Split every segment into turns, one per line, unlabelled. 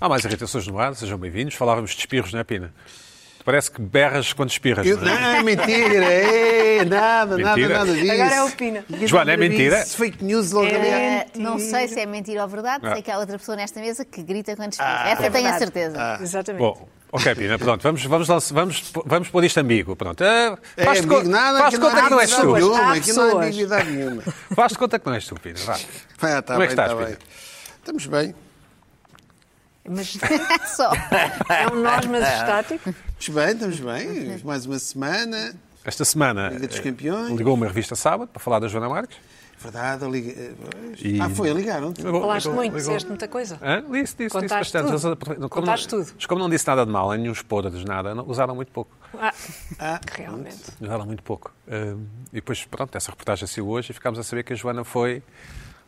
Há mais irritações no ar, sejam bem-vindos. Falávamos de espirros, não é, Pina? Parece que berras quando espirras.
Eu-
não é?
não, mentira! Ei, nada,
Mentira.
nada, nada disso.
Agora é o Pina.
Joana, é mentira?
Isso, fake news logo ali.
É.
Não sei se é mentira ou verdade, sei que há outra pessoa nesta mesa que grita quando espirra. Essa
É
tenho a
verdade.
certeza.
Ah.
Exatamente.
Bom, ok, Pina, pronto, vamos, vamos, lá- vamos, vamos pôr isto ambíguo. Pronto. Ah,
É,
faz de
amigo,
co-
nada,
faz de
não há
conta que não és
ambiguidade
tu.
Nenhuma,
Há
aqui não há
pessoas.
ambiguidade nenhuma.
Faz de conta que não és tu, Pina. Vá.
Ah, tá
Como é
bem,
que estás,
tá bem.
Pina?
Estamos bem.
Mas
Só.
é um nós, mas
Ah.
estático.
Estamos bem, estamos bem. Mais uma semana.
Esta semana
Liga dos
eh,
Campeões.
ligou-me a revista sábado para falar da Joana Marques.
Verdade, a liga...
E-
Ah, foi, ligaram-te.
Falaste
Ligou-
muito,
ligou-
disseste muita coisa.
Hã? Disse, disse, disse
Contaste
bastante.
tudo.
Mas, eh, como não-
Contaste tudo.
Mas como não disse nada de mal, em nenhum podres, nada, não- usaram muito pouco.
Ah,
Ah,
realmente.
Usaram muito pouco. Hum, e depois, pronto, essa reportagem saiu hoje e ficámos a saber que a Joana foi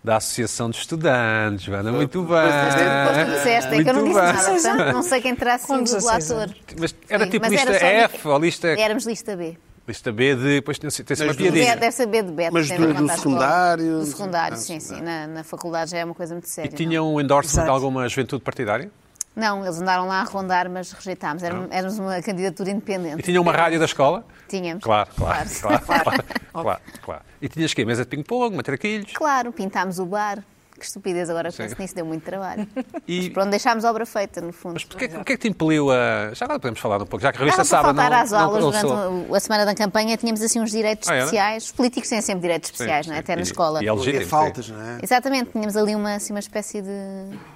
da Associação de Estudantes. Joana, muito bem.
Mas tu depois tu disseste, é que eu não
Muito
disse
bem.
nada. Portanto, não sei quem terá
Ah. Com
sido o
16
delator.
Mas era
Sim,
tipo
mas era
lista
só É.
F
li-
ou lista,
Éramos lista B. É,
lista B de. Depois tem tem-se uma
Mas do-
piadinha.
Deve deve saber de Beto.
Mas
deve
do- do
contar a escola.
secundário?
Do secundário,
Ah,
sim, sim.
secundário.
Na, na faculdade já é uma coisa muito séria. não?
Tinha um endorsement de
Exato.
alguma juventude partidária?
Não, eles andaram lá a rondar, mas rejeitámos. Éramos, éramos uma candidatura
E
independente.
tinha uma rádio da escola?
Tínhamos.
Claro, claro, claro. Claro, claro, claro. E tinhas que mesa de ping-pong, matraquilhos.
Claro, pintámos o bar. Que estupidez, agora penso
Sim.
nisso, deu muito trabalho.
E-
Mas pronto, deixámos a obra feita, no fundo.
Mas porquê, o que é que te impeliu a. Já agora podemos falar um pouco, já que a revista
Estava para
sábado.
faltar
não-
às aulas
não- não
durante um-
sou-
o- a semana da campanha, tínhamos assim uns direitos
Ah, era?
especiais. Os políticos têm sempre direitos especiais,
Sim,
não é?
sim.
até na
E-
escola.
E é
é
legítimo.
faltas,
sim.
não é?
Exatamente, tínhamos ali uma, assim, uma espécie de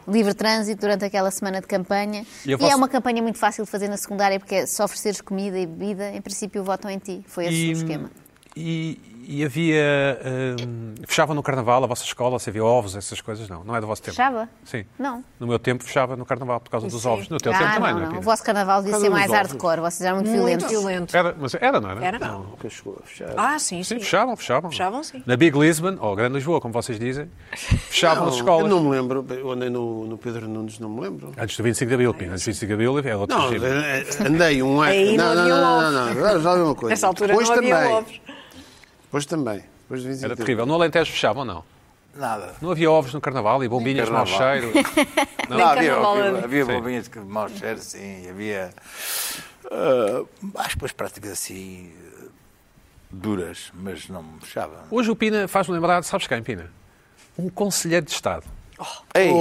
livre trânsito durante aquela semana de campanha.
E
E,
eu posso-
é uma campanha muito fácil de fazer na secundária, porque é só ofereceres comida e bebida, em princípio votam em ti. Foi É esse o esquema.
E, e havia. hum, fechavam no carnaval a vossa escola, se havia ovos, essas coisas, não. Não é do vosso tempo.
Fechava?
Sim.
Não.
No meu tempo fechava no carnaval por causa dos ovos. No teu
ah,
tempo também,
não,
não, é?
O
Pina?
vosso carnaval devia
Por
ser
causa
mais
dos ovos.
hardcore, vocês eram muito,
Muito
violentos.
violento.
Era, mas era, não era?
Era?
Não, nunca chegou a fechar.
Ah, sim,
Sim,
sim.
fechavam, fechavam.
Fechavam, sim.
Na Big Lisbon, ou Grande Lisboa, como vocês dizem, fechavam as
Não, eu
escolas.
não me lembro. Eu andei no, no Pedro Nunes, não me lembro.
Antes do 25 de Abril, Pina. Antes do 25 de Abril é outro
Não,
regime.
eh, andei um ano.
Aí
não,
não
não,
havia
não, não,
ovos.
não, não, já vi uma coisa.
Nessa altura
Depois
não havia um
também.
ovos.
Depois também. Depois do 25
Era
de
terrível. No Alentejo fechavam, não?
Nada.
Não havia ovos no carnaval e bombinhas, mau
Carnaval.
cheiro.
Não, havia,
carnaval
havia,
era.
havia bombinhas de mau cheiro, sim. Havia. ah, acho que as práticas assim. eh, duras, mas não me fechava.
Hoje o Pina faz-me lembrar, sabes quem, Pina? Um conselheiro de Estado.
Ei!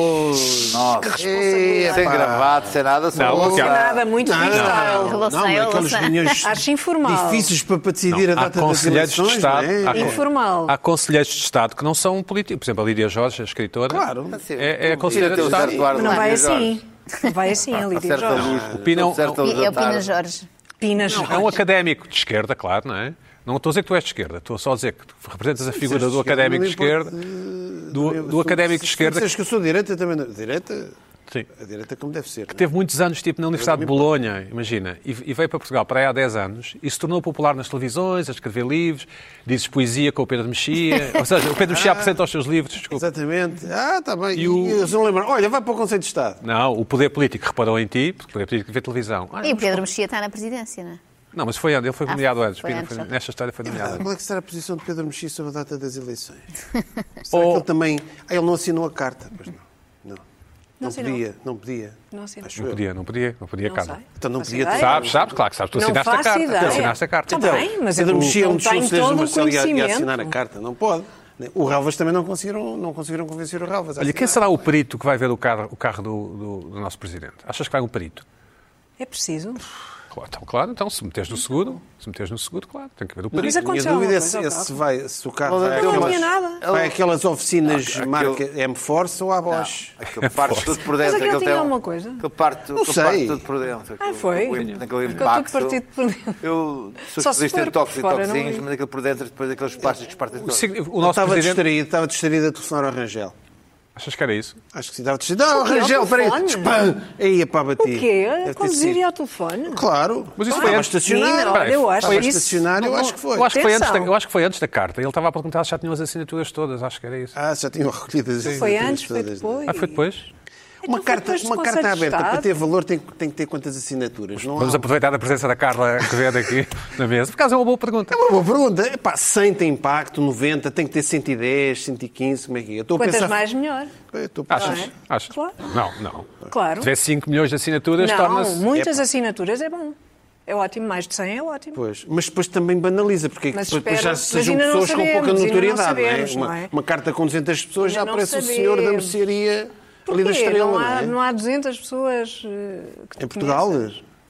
Nossa! Sem gravado, sem nada, só
Não,
bolsa.
porque há-
Nada, muito freestyle.
Não,
Relação é
aqueles
relação.
reuniões
Acho informal.
difíceis para para decidir a
há
data das
conselheiros de
eleições,
Estado.
não
há
é?
con-
Informal.
Há conselheiros de Estado que não são políticos. Por exemplo, a Lídia Jorge, a escritora,
Claro.
é, é
Tira
conselheira de
teu
Estado.
Zé Eduardo
Não vai
Lídia Jorge.
assim. Não vai assim, a Lídia
Acerta a
Jorge.
luz.
O Pina é um-
Acerta
E é o
jantar.
Pina Jorge.
Pinas.
É um académico de esquerda, claro, não é? Não estou a dizer que tu és de esquerda, estou só a dizer que tu representas a figura do académico de esquerda. Do, do académico de esquerda
Acho que eu sou direita também. não- Direita,
Sim.
a direita como deve ser. é?
Teve muitos anos tipo na Universidade de Bolonha, imagina, e, e veio para Portugal para aí há 10 anos e se tornou popular nas televisões, a escrever livros, dizes poesia com o Pedro de Mexia, ou seja, o Pedro de
Ah.
Mexia apresenta os seus livros, desculpa.
Exatamente. Ah, está bem.
E
E
o-
eles não lembram. Olha, vai para o Conselho de Estado.
Não, o poder político reparou em ti, porque o poder político vê televisão. Ah,
E o Pedro Mexia está na presidência, não é?
Não, mas foi onde, ele foi
Ah,
nomeado antes,
foi
Pina,
antes,
foi-
ok.
nesta história foi nomeado antes.
Qual é que será a posição de Pedro Mexia sobre a data das eleições? Será
Oh.
que ele também... Ah, ele não assinou a carta. Pois não. Não. Não,
assinou.
podia, não podia.
Não assinou.
Acho
Não
eu.
podia, não podia, não podia,
Não
cara.
sei.
Então não
Faço
podia ter-
ideia.
Sabes, sabes, claro que sabes, tu
Não
assinaste a
faço
carta,
ideia.
tu assinaste a carta.
Então, Bem, mas eu
Pedro
não-
Mexia é um
não
dos
tenho
conselheiros do
todo o
Marcelo e ia- ia
conhecimento.
assinar a carta. Não pode. O Relvas também não conseguiram, não conseguiram convencer o Relvas. a
Olha, quem
assinar.
será o perito que vai ver o carro, o carro do, do- do nosso presidente? Achas que vai um perito?
É preciso.
Claro, então, claro, então, se meteres no seguro, se meteres no seguro, claro, tem que ver o
Mas
perito.
a- Aconteceu
Minha dúvida é
alguma
se,
coisa ao
é
carro?
se vai, se o carro vai
Não
àquelas,
tinha nada.
vai àquelas oficinas
Aquele-
marca M-Force ou à Bosch.
Aquele parte tudo por dentro.
Mas é aquilo tinha
tem um-
alguma coisa?
Aquele parte, aquele
sei.
parte tudo por dentro.
Ah,
Aquele-
foi?
o im- Aquele
Ficou tudo
impacto.
partido por dentro.
Eu sou
Só se
especialista
for,
em toques e
fora não é?
toquezinhos,
vi.
mas aquele por dentro, depois aqueles plásticos partem todos.
Sim, O
Eu
nosso
Estava
presidente...
distraído, estava distraído a telefonar ao Rangel.
Achas que era isso?
Acho que sim, estava distraído. Não,
O quê? Ao
Rangel, peraí.
telefone?
Spam! Aí é para
O
bater.
quê?
Deve ter
Conduzir
sido.
ao telefone?
Claro.
Mas isso
Ah,
foi
estava
antes.
estacionado.
Olha, eu acho
Estava
isso-
estacionado, eu
Não,
acho que foi.
Eu acho que foi, antes
Atenção.
da, eu acho que foi antes da carta. Ele estava a perguntar se já tinham as assinaturas todas. Acho que era isso.
Ah, já tinham recolhido as
Foi
assinaturas
antes, foi
todas,
depois.
Ah, foi depois?
Uma
foi
carta,
depois do
uma
Conselho
carta
de
aberta
Estado.
para ter valor tem, que- tem que ter quantas assinaturas? Não há
Vamos aproveitar a presença da Carla Quevedo aqui na mesa. Por acaso é uma boa pergunta.
É uma boa pergunta. Epá, 100 tem impacto, 90 tem que ter 110, 115, como é que é? Eu estou a
Quantas
pensar...
mais, melhor.
Eu estou a pensar...
Achas?
Não é?
Achas?
Claro.
Não, não.
Claro.
Se tiver 5 milhões de assinaturas,
Não,
torna-se.
muitas assinaturas é bom. É ótimo, mais de 100 é ótimo.
Pois, mas depois também banaliza, porque é que
Mas
depois
espera,
já
mas
se sejam
ainda não
pessoas com pouca
sabemos, ainda não
notoriedade. não é?
sabemos, não é?
Uma, uma carta com 200 pessoas já
Ainda não
aparece o
sabemos.
senhor da mercearia ali da
Porquê?
Estrela, não,
não, há,
é?
não há 200 pessoas eh, que tu
Em Portugal?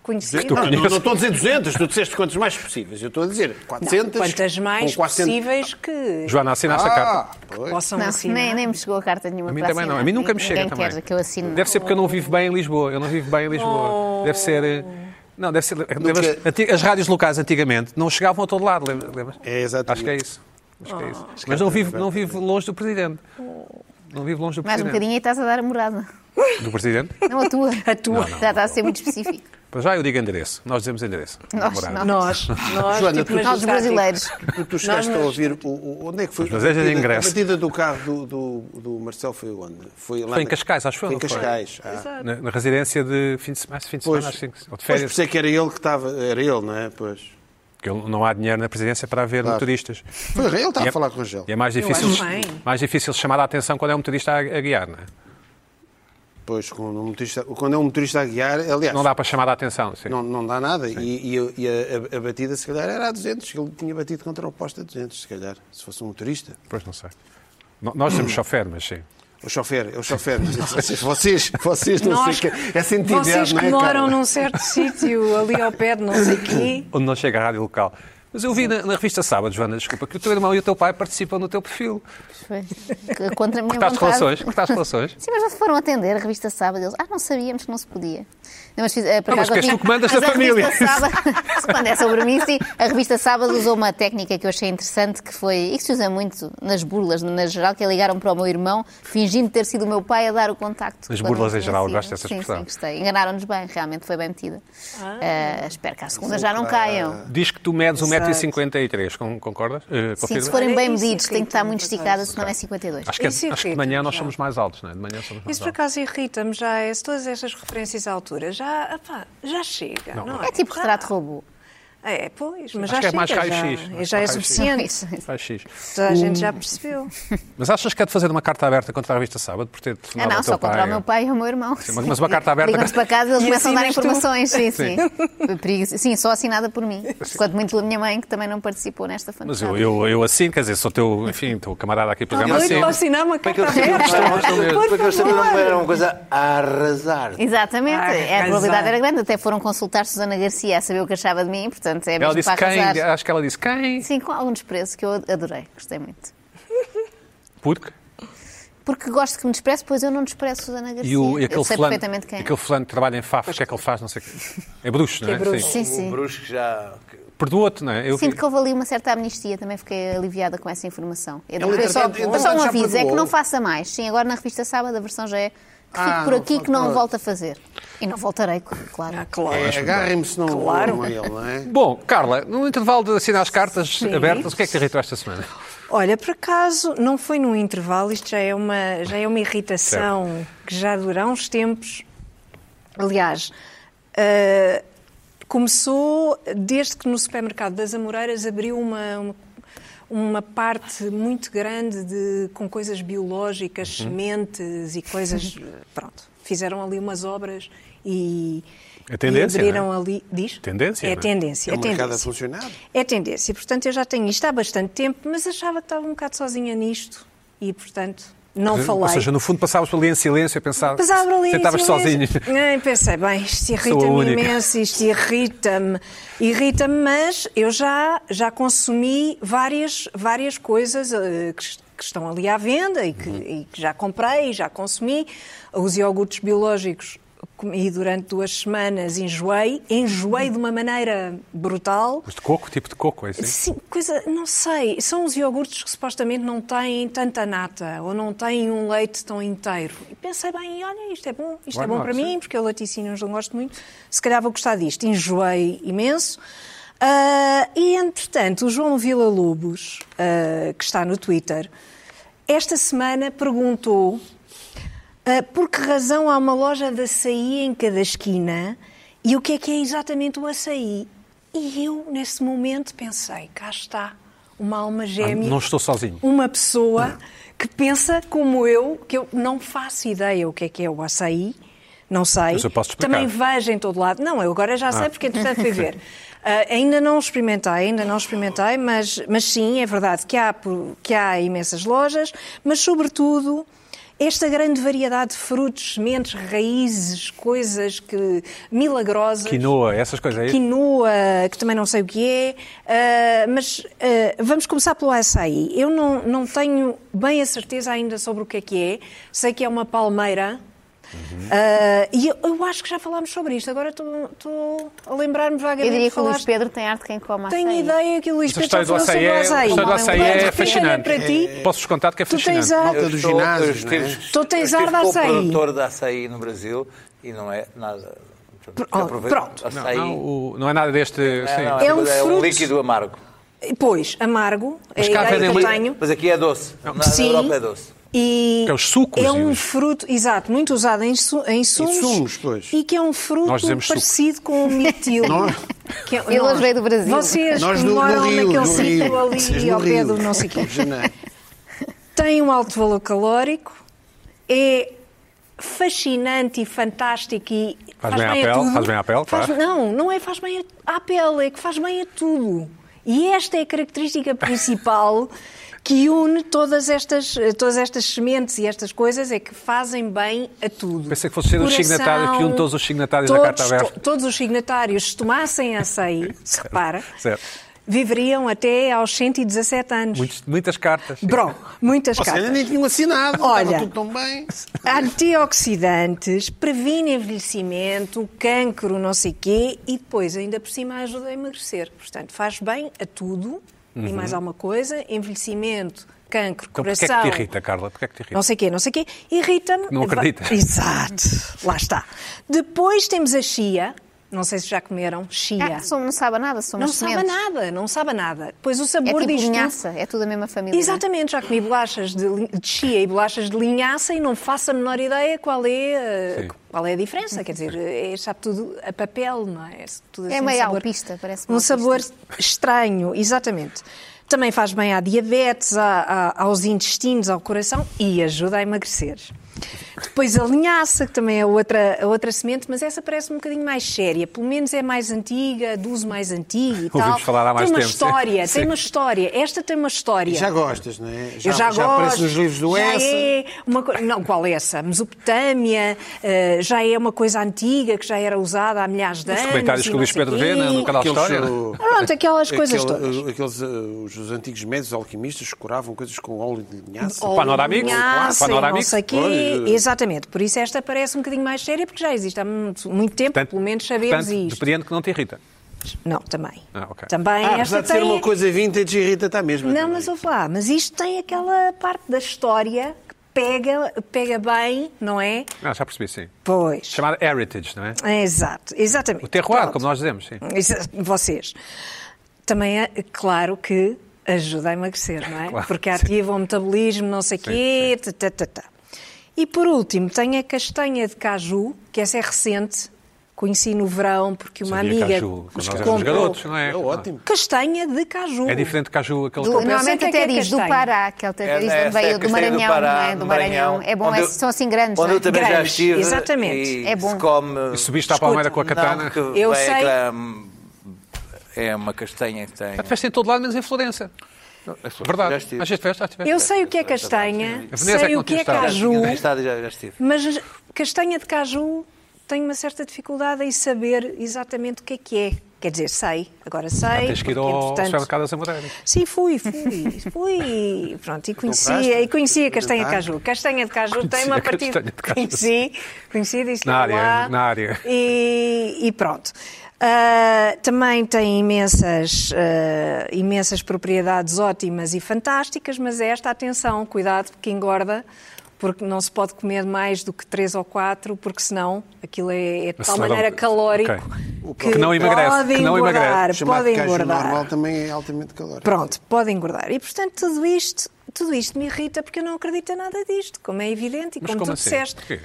Conhecidas?
Tu
Não,
conheces?
não, não estou a dizer 200, tu disseste quantos mais possíveis. Eu estou a dizer 400.
Quantas mais
com 400.
possíveis que
Joana, assinaste a carta.
Ah, pois.
possam
Não,
assinar.
nem, nem me chegou a carta nenhuma
A mim
para
também não.
assinar.
A mim nunca me
Ninguém
chega
quer
também.
que eu assine.
Deve ser porque eu não vivo bem em Lisboa. Eu não vivo bem em
Oh.
Lisboa. Deve ser. eh, Não, deve ser. lembras- anti- as rádios locais antigamente não chegavam a todo lado, lembra- lembras?
É, exatamente.
Acho que é isso. Acho que é isso. Mas não vivo, não vivo longe do Presidente. Não vivo longe do
Oh. Mais um
Presidente.
bocadinho e estás a dar a morada.
do Presidente?
Não a tua.
A tua. Não, não,
Já está a ser muito específico.
Para já eu digo endereço. Nós dizemos endereço.
Nós,
Morada.
nós.
Nós, nós,
Joana,
tipo
tu-
Nós,
majestático.
os brasileiros.
Tu, tu chegaste
Nós-
a ouvir o, o- onde é que foi?
Mas é de
A batida-
ingresso.
A batida do carro do, do, do Marcelo foi onde? Foi, lá
Foi em
na-
Cascais, acho que foi,
Foi em
não foi?
Cascais. ah.
Na, na residência de fim de semana, fim de semana
Pois,
acho que- ou de
pois
férias.
pensei que era ele que estava. Era ele, não é? Pois.
Porque não há dinheiro na presidência para haver
Claro. Então.
motoristas.
Foi ele que estava
E é-
a falar com o Rangel.
E é mais difícil,
acho bem.
mais difícil chamar a atenção quando é um motorista a, a guiar, não é?
Pois, quando, um motorista, quando é um motorista a guiar, aliás,
Não dá para chamar a atenção. sim.
não, não dá nada. E, e- e a, a- a batida, se calhar, era a 200. Ele tinha batido contra o posto a 200, se calhar, se fosse um motorista.
Pois não sei. No- Nós somos chofer, mas sim.
O chofer, é o chofer. Vocês, vocês, vocês não
Nós,
sei que. Essa entidade,
vocês
não
que
é?
moram
Carla?
num certo sítio, ali ao pé de não sei quê,
Onde não chega a rádio local. Mas eu vi na, na revista Sábado, Joana, desculpa, que o teu irmão e o teu pai participam no teu perfil.
É
Foi. Que- Contra a minha
Cortaste
vontade.
relações? Cortaste relações?
Sim, mas não foram atender a revista Sábado. Eles, ah, não sabíamos que não se podia. Não, mas fiz, eh, por
Não, mas
acaso eu
que és
tinha-
tu que mandas
mas
na
a revista
família.
Sábado- quando é sobre mim, sim. A revista Sábado usou uma técnica que eu achei interessante, que foi, e que se usa muito nas burlas, na geral, que é ligaram para o meu irmão, fingindo ter sido o meu pai a dar o contacto.
Nas
quando
burlas
não
em geral,
tinha
gosto
sido.
dessa
sim,
expressão.
Sim, gostei. Enganaram-nos bem, realmente foi bem metida.
Ah.
Eh, espero que à segunda já não caiam.
Diz que tu medes
Exato.
1,53m, con- concordas? Eh,
Sim,
confirmas?
se forem bem
Olha, isso é
medidos,
que
tem que estar
tem
muito
que
esticadas, senão é 52.
Acho que,
Isso
acho que de
irrita-me,
manhã nós
já.
somos mais altos, não é? De manhã somos mais
Isso
altos.
por acaso irrita-me já, esse- todas estas referências à altura. Já, apá, já chega. Não,
É tipo
Já.
retrato robô.
É, pois,
Acho
mas já
que é
chega.
mais raio-x,
já,
mais
já é
raio-x. Hum.
suficiente.
Faz X.
Toda a gente já percebeu.
Mas achas que é de fazer uma carta aberta contra a revista Sábado por ter
Ah,
telefonado
não,
ao teu
só contra
pai? é.
o meu pai e o meu irmão. Sim,
mas- mas uma carta aberta-
Ligam-nos para casa, eles
E
começam a dar
assinas tu?
informações. Sim, sim. Perigo- sim, só assinada por mim. Quanto muito pela minha mãe, que também não participou nesta
Mas
fantasia.
eu, eu, eu assim, quer dizer, sou teu, enfim, teu camarada aqui do
Estou
programa
doido
assim.
para assinar uma carta aberta.
Porque
é
eles sabiam que era uma coisa a arrasar.
Exatamente,
Ah,
é, a
casar.
probabilidade era grande. Até foram consultar Susana Garcia a saber o que achava de mim, portanto é
Ela
mesmo
disse
para
quem?
arrasar.
Acho que ela disse quem?
Sim, com algum desprezo que eu adorei, gostei muito.
Porque?
Porque gosto que me despreze, pois eu não desprezo Susana Garcia.
E, o, e
eu
aquele,
sei
fulano,
perfeitamente quem. é.
aquele fulano que trabalha em Fafos, o que é que ele faz? Não sei o quê. É bruxo, não é?
bruxo.
Sim.
Sim, sim.
O Brusque Um já.
Perdoou-te, não é? Eu,
Sinto que houve ali uma certa amnistia, também fiquei aliviada com essa informação. Eu não-
Ele,
eu só,
entretanto,
eu só um
entretanto, já
aviso, é que
perdoou.
não faça mais. Sim, agora na revista Sábado a versão já é que fico
Ah,
por
não
aqui que
faço
não
mais.
volto a fazer. E não voltarei, claro.
Ah, claro.
É, Agarrem-me se não
Claro.
não é ele, não é?
Bom, Carla, no intervalo de assinar as cartas abertas, o que é que te irritou esta semana?
Olha, por acaso, não foi num intervalo, isto já é uma, já é uma irritação que já dura há uns tempos. Aliás, ah, começou desde que no supermercado das Amoreiras abriu uma, uma, uma parte muito grande de, com coisas biológicas,
Uhum.
sementes e coisas. Pronto, fizeram ali umas obras e.
É tendência,
e abriram
não é?
ali. Diz?
Tendência,
É
não é?
tendência.
É o mercado a
tendência.
funcionar.
É tendência. Portanto, eu já tenho isto há bastante tempo, mas achava que estava um bocado sozinha nisto e, portanto, não falei.
Ou seja, no fundo passavas ali em silêncio a pensar.
Pesava ali em
Sentavas sozinho.
silêncio. Ai, pensei, bem, isto irrita-me
única.
imenso, isto irrita-me. Irrita-me, mas eu já, já consumi várias, várias coisas eh, que, est- que estão ali à venda e
Uhum.
que, e que já comprei e já consumi. Os iogurtes biológicos comi durante duas semanas, enjoei.
Uhum.
Enjoei de uma maneira brutal.
Mas de coco, tipo de coco, é assim?
Sim, coisa, não sei. São os iogurtes que supostamente não têm tanta nata ou não têm um leite tão inteiro. E pensei bem, olha, isto é bom, isto
Why
é bom
not,
para
sim.
mim, porque eu laticínios não gosto muito. Se calhar vou gostar disto. Enjoei imenso. Ah, e entretanto, o João Vila Lobos, ah, que está no Twitter, esta semana perguntou ah, por que razão há uma loja de açaí em cada esquina e o que é que é exatamente o açaí? E eu, nesse momento, pensei: cá está, uma alma gêmea.
Ah, não estou sozinho.
Uma pessoa que pensa como eu, que eu não faço ideia o que é que é o açaí, não sei.
Mas eu posso explicar.
Também vejo em todo lado. Não, eu agora já sei porque entretanto fui ver. Ah, ainda não experimentei, ainda não experimentei, mas, mas sim, é verdade que há, por- que há imensas lojas, mas sobretudo esta grande variedade de frutos, sementes, raízes, coisas que milagrosas
Quinoa, essas coisas é aí.
quinoa, que também não sei o que é, ah, mas ah, vamos começar pelo açaí. Eu não, não tenho bem a certeza ainda sobre o que é que é, sei que é uma palmeira. ah, e eu, eu acho que já falámos sobre isto, agora estou- estou a lembrar-me
Eu
vagamente.
diria que o
falar-
Luís Pedro tem arte de quem come açaí.
Tenho ideia que o Luís
Mas a
Pedro já
história do
falou sobre o
açaí é- a
açaí.
história do açaí é
Olha, olha
fascinante.
um para ti,
Posso-vos contar que é
tu tens
fascinante.
a...
Malta do ginásio, não é?
Tu tens ar de
como
açaí.
produtor de açaí no Brasil e não é nada.
oh,
Aproveito-
pronto.
Açaí. um
Não, o- não é nada deste.
É, não,
sim.
É um
é
fruto.
líquido amargo.
Pois, amargo, é a
Mas cá
ideia que
vendem
eu
muito-
tenho.
Mas aqui é doce. Na
Sim.
Europa é doce.
E
Que é os sucos
É
e
um
os-
fruto, exato, muito usado em, su, em sumos.
sumos, pois.
E que é um fruto
Nós dizemos suco.
parecido com o mirtilo.
Nós-
Que é-
Ele
nós-
hoje veio do Brasil.
Vocês
Nós
que
no,
moram
no Rio,
naquele
no
sítio
Rio.
ali
Vocês no
ao pé
Rio.
do não sei quê.
Rio de Janeiro.
Tem um alto valor calórico, é fascinante e fantástico e
Faz bem à pele,
tudo.
faz bem à pele,
Faz-
claro.
Não, não é faz bem a- à pele, é que faz bem a tudo. E esta é a característica principal que une todas estas, todas estas sementes e estas coisas, é que fazem bem a tudo.
Pensei que fosse ser dos
Coração,
signatários, que une todos os signatários da
todos,
Carta Aberta.
to- Todos os signatários, se tomassem açaí, se repara,
certo.
viveriam até aos 117 anos.
Muitos- muitas cartas.
Bro, muitas
Ou
cartas.
seja, nem tinham assinado.
Olha.
Estava tudo tão bem.
Antioxidantes, previne envelhecimento, cancro, não sei quê, e depois ainda por cima ajuda a emagrecer. Portanto, faz bem a tudo e mais alguma coisa, envelhecimento, cancro,
Uhum. Então, porquê
coração.
é que te irrita, Carla? Porquê é que te irrita?
Não sei quê, não sei quê. Irrita-me.
Não acreditas.
Exato. Lá está. Depois temos a chia. Não sei se já comeram chia.
Ah, somos- não sabe a nada, somos
não sabe a
sementes.
nada, não sabe a nada. Depois o
É
sabor
tipo
disto
linhaça, é tudo a mesma família.
Exatamente, já comi bolachas de, lin- de chia e bolachas de linhaça e não faço a menor ideia qual é,
Sim.
uh, qual é a diferença. Quer dizer, é, sabe tudo a papel, não é? Tudo
É
assim,
meio
sabor-
alpista, parece
Um
meio
sabor
alpista.
estranho, exatamente. Também faz bem à diabetes, à- à- aos intestinos, ao coração e ajuda a emagrecer. Depois a linhaça, que também é outra, a outra semente, mas essa parece um bocadinho mais séria. Pelo menos é mais antiga, de uso mais antigo e tal.
Ouvimos falar há mais
tem uma
tempo, sim.
história,
Sim.
tem uma história. Esta tem uma história.
E já gostas, não é?
Eu já, gosto.
aparece nos livros do
já
S.
É uma co... Não, qual é essa? Mesopotâmia, eh, já é uma coisa antiga que já era usada há milhares de
Os
anos.
comentários que
e
o
não
Luís
sei
Pedro
quê.
vê né? no no canal de
Aqueles,
História.
uh,
Pronto, aquelas coisas
aquele-
todas.
uh, Aqueles, uh, os, os antigos médicos alquimistas curavam coisas com óleo de linhaça.
Óleo. Panoramix,
Linhaça,
Panoramix,
não sei quê.
eh,
pois.
Exatamente. Por isso esta parece um bocadinho mais séria, porque já existe há muito, muito tempo,
Portanto-
pelo menos sabemos
portanto,
isto.
Depreendo que não te irrita.
Não, também.
Ah, ok.
Também
Ah, apesar
esta
de ser
tem... é-
uma coisa vintage, irrita está mesmo.
Não, mas ouve lá, mas isto tem aquela parte da história que pega, pega bem, não é?
Ah, já percebi, sim.
Pois.
Chamada heritage, não é?
Exato, exatamente.
O terroir,
Pronto.
como nós dizemos, sim.
Exa- Vocês. Também é claro que ajuda a emagrecer, não é?
Claro,
Porque
sim.
ativa o metabolismo, não sei o quê, tá, tá, tá, tá. E por último, tem a castanha de caju, que essa é recente, conheci no verão, porque uma
Havia
amiga
caju, quando nós éramos
comprou
garotos, não é?
É ótimo.
castanha de caju.
É diferente de caju, aquele
Do-
que eu-
normalmente
sei o que é
até
que é
diz do
castanho.
Pará, que ele
É,
até diz de onde
essa
veio,
a
do
castanha
Maranhão, não é? do Maranhão. É bom,
Onde eu-
esses são assim grandes.
Onde
não é?
eu também já
Grandes,
estive.
exatamente.
E se
É bom.
Come...
E subiste à palmeira com a
Não,
katana.
que
Eu
vem
sei.
aquela- É uma castanha que tem.
Há de festa em todo lado, menos em Florença. Verdade.
Já estive.
Há de festa, há de festa.
Eu sei o que é castanha,
A Veneza é que
sei
não
o que
tinha
é
estado.
caju,
Já tinha estado, já, já estive.
mas castanha de caju tenho uma certa dificuldade em saber exatamente o que é que é. Quer dizer, sei, agora sei.
Tens que ir
porque,
ao
entretanto,
supermercado das Amoreiras.
Sim, fui, fui, fui. E Pronto, e
Então
Compraste?
conheci, e conheci a castanha de caju. Castanha de caju tem
a
uma
castanha
partida.
de caju.
Conheci, conheci, disse
Na
lá,
área, na área.
E, e pronto. Ah, também tem imensas, ah, imensas propriedades ótimas e fantásticas, mas é esta, atenção, cuidado, porque engorda. Porque não se pode comer mais do que três ou quatro, porque senão aquilo é, é de tal
Acelera-
maneira calórico
um- Ok.
que,
Que não emagrece,
pode
que não emagrece.
engordar,
Chamado
pode
de caju
engordar.
normal também é altamente calórico.
Pronto, pode engordar. E portanto, tudo isto tudo isto me irrita porque eu não acredito em nada disto, como é evidente e
Mas
como,
como
tu
assim?
disseste.
Porquê?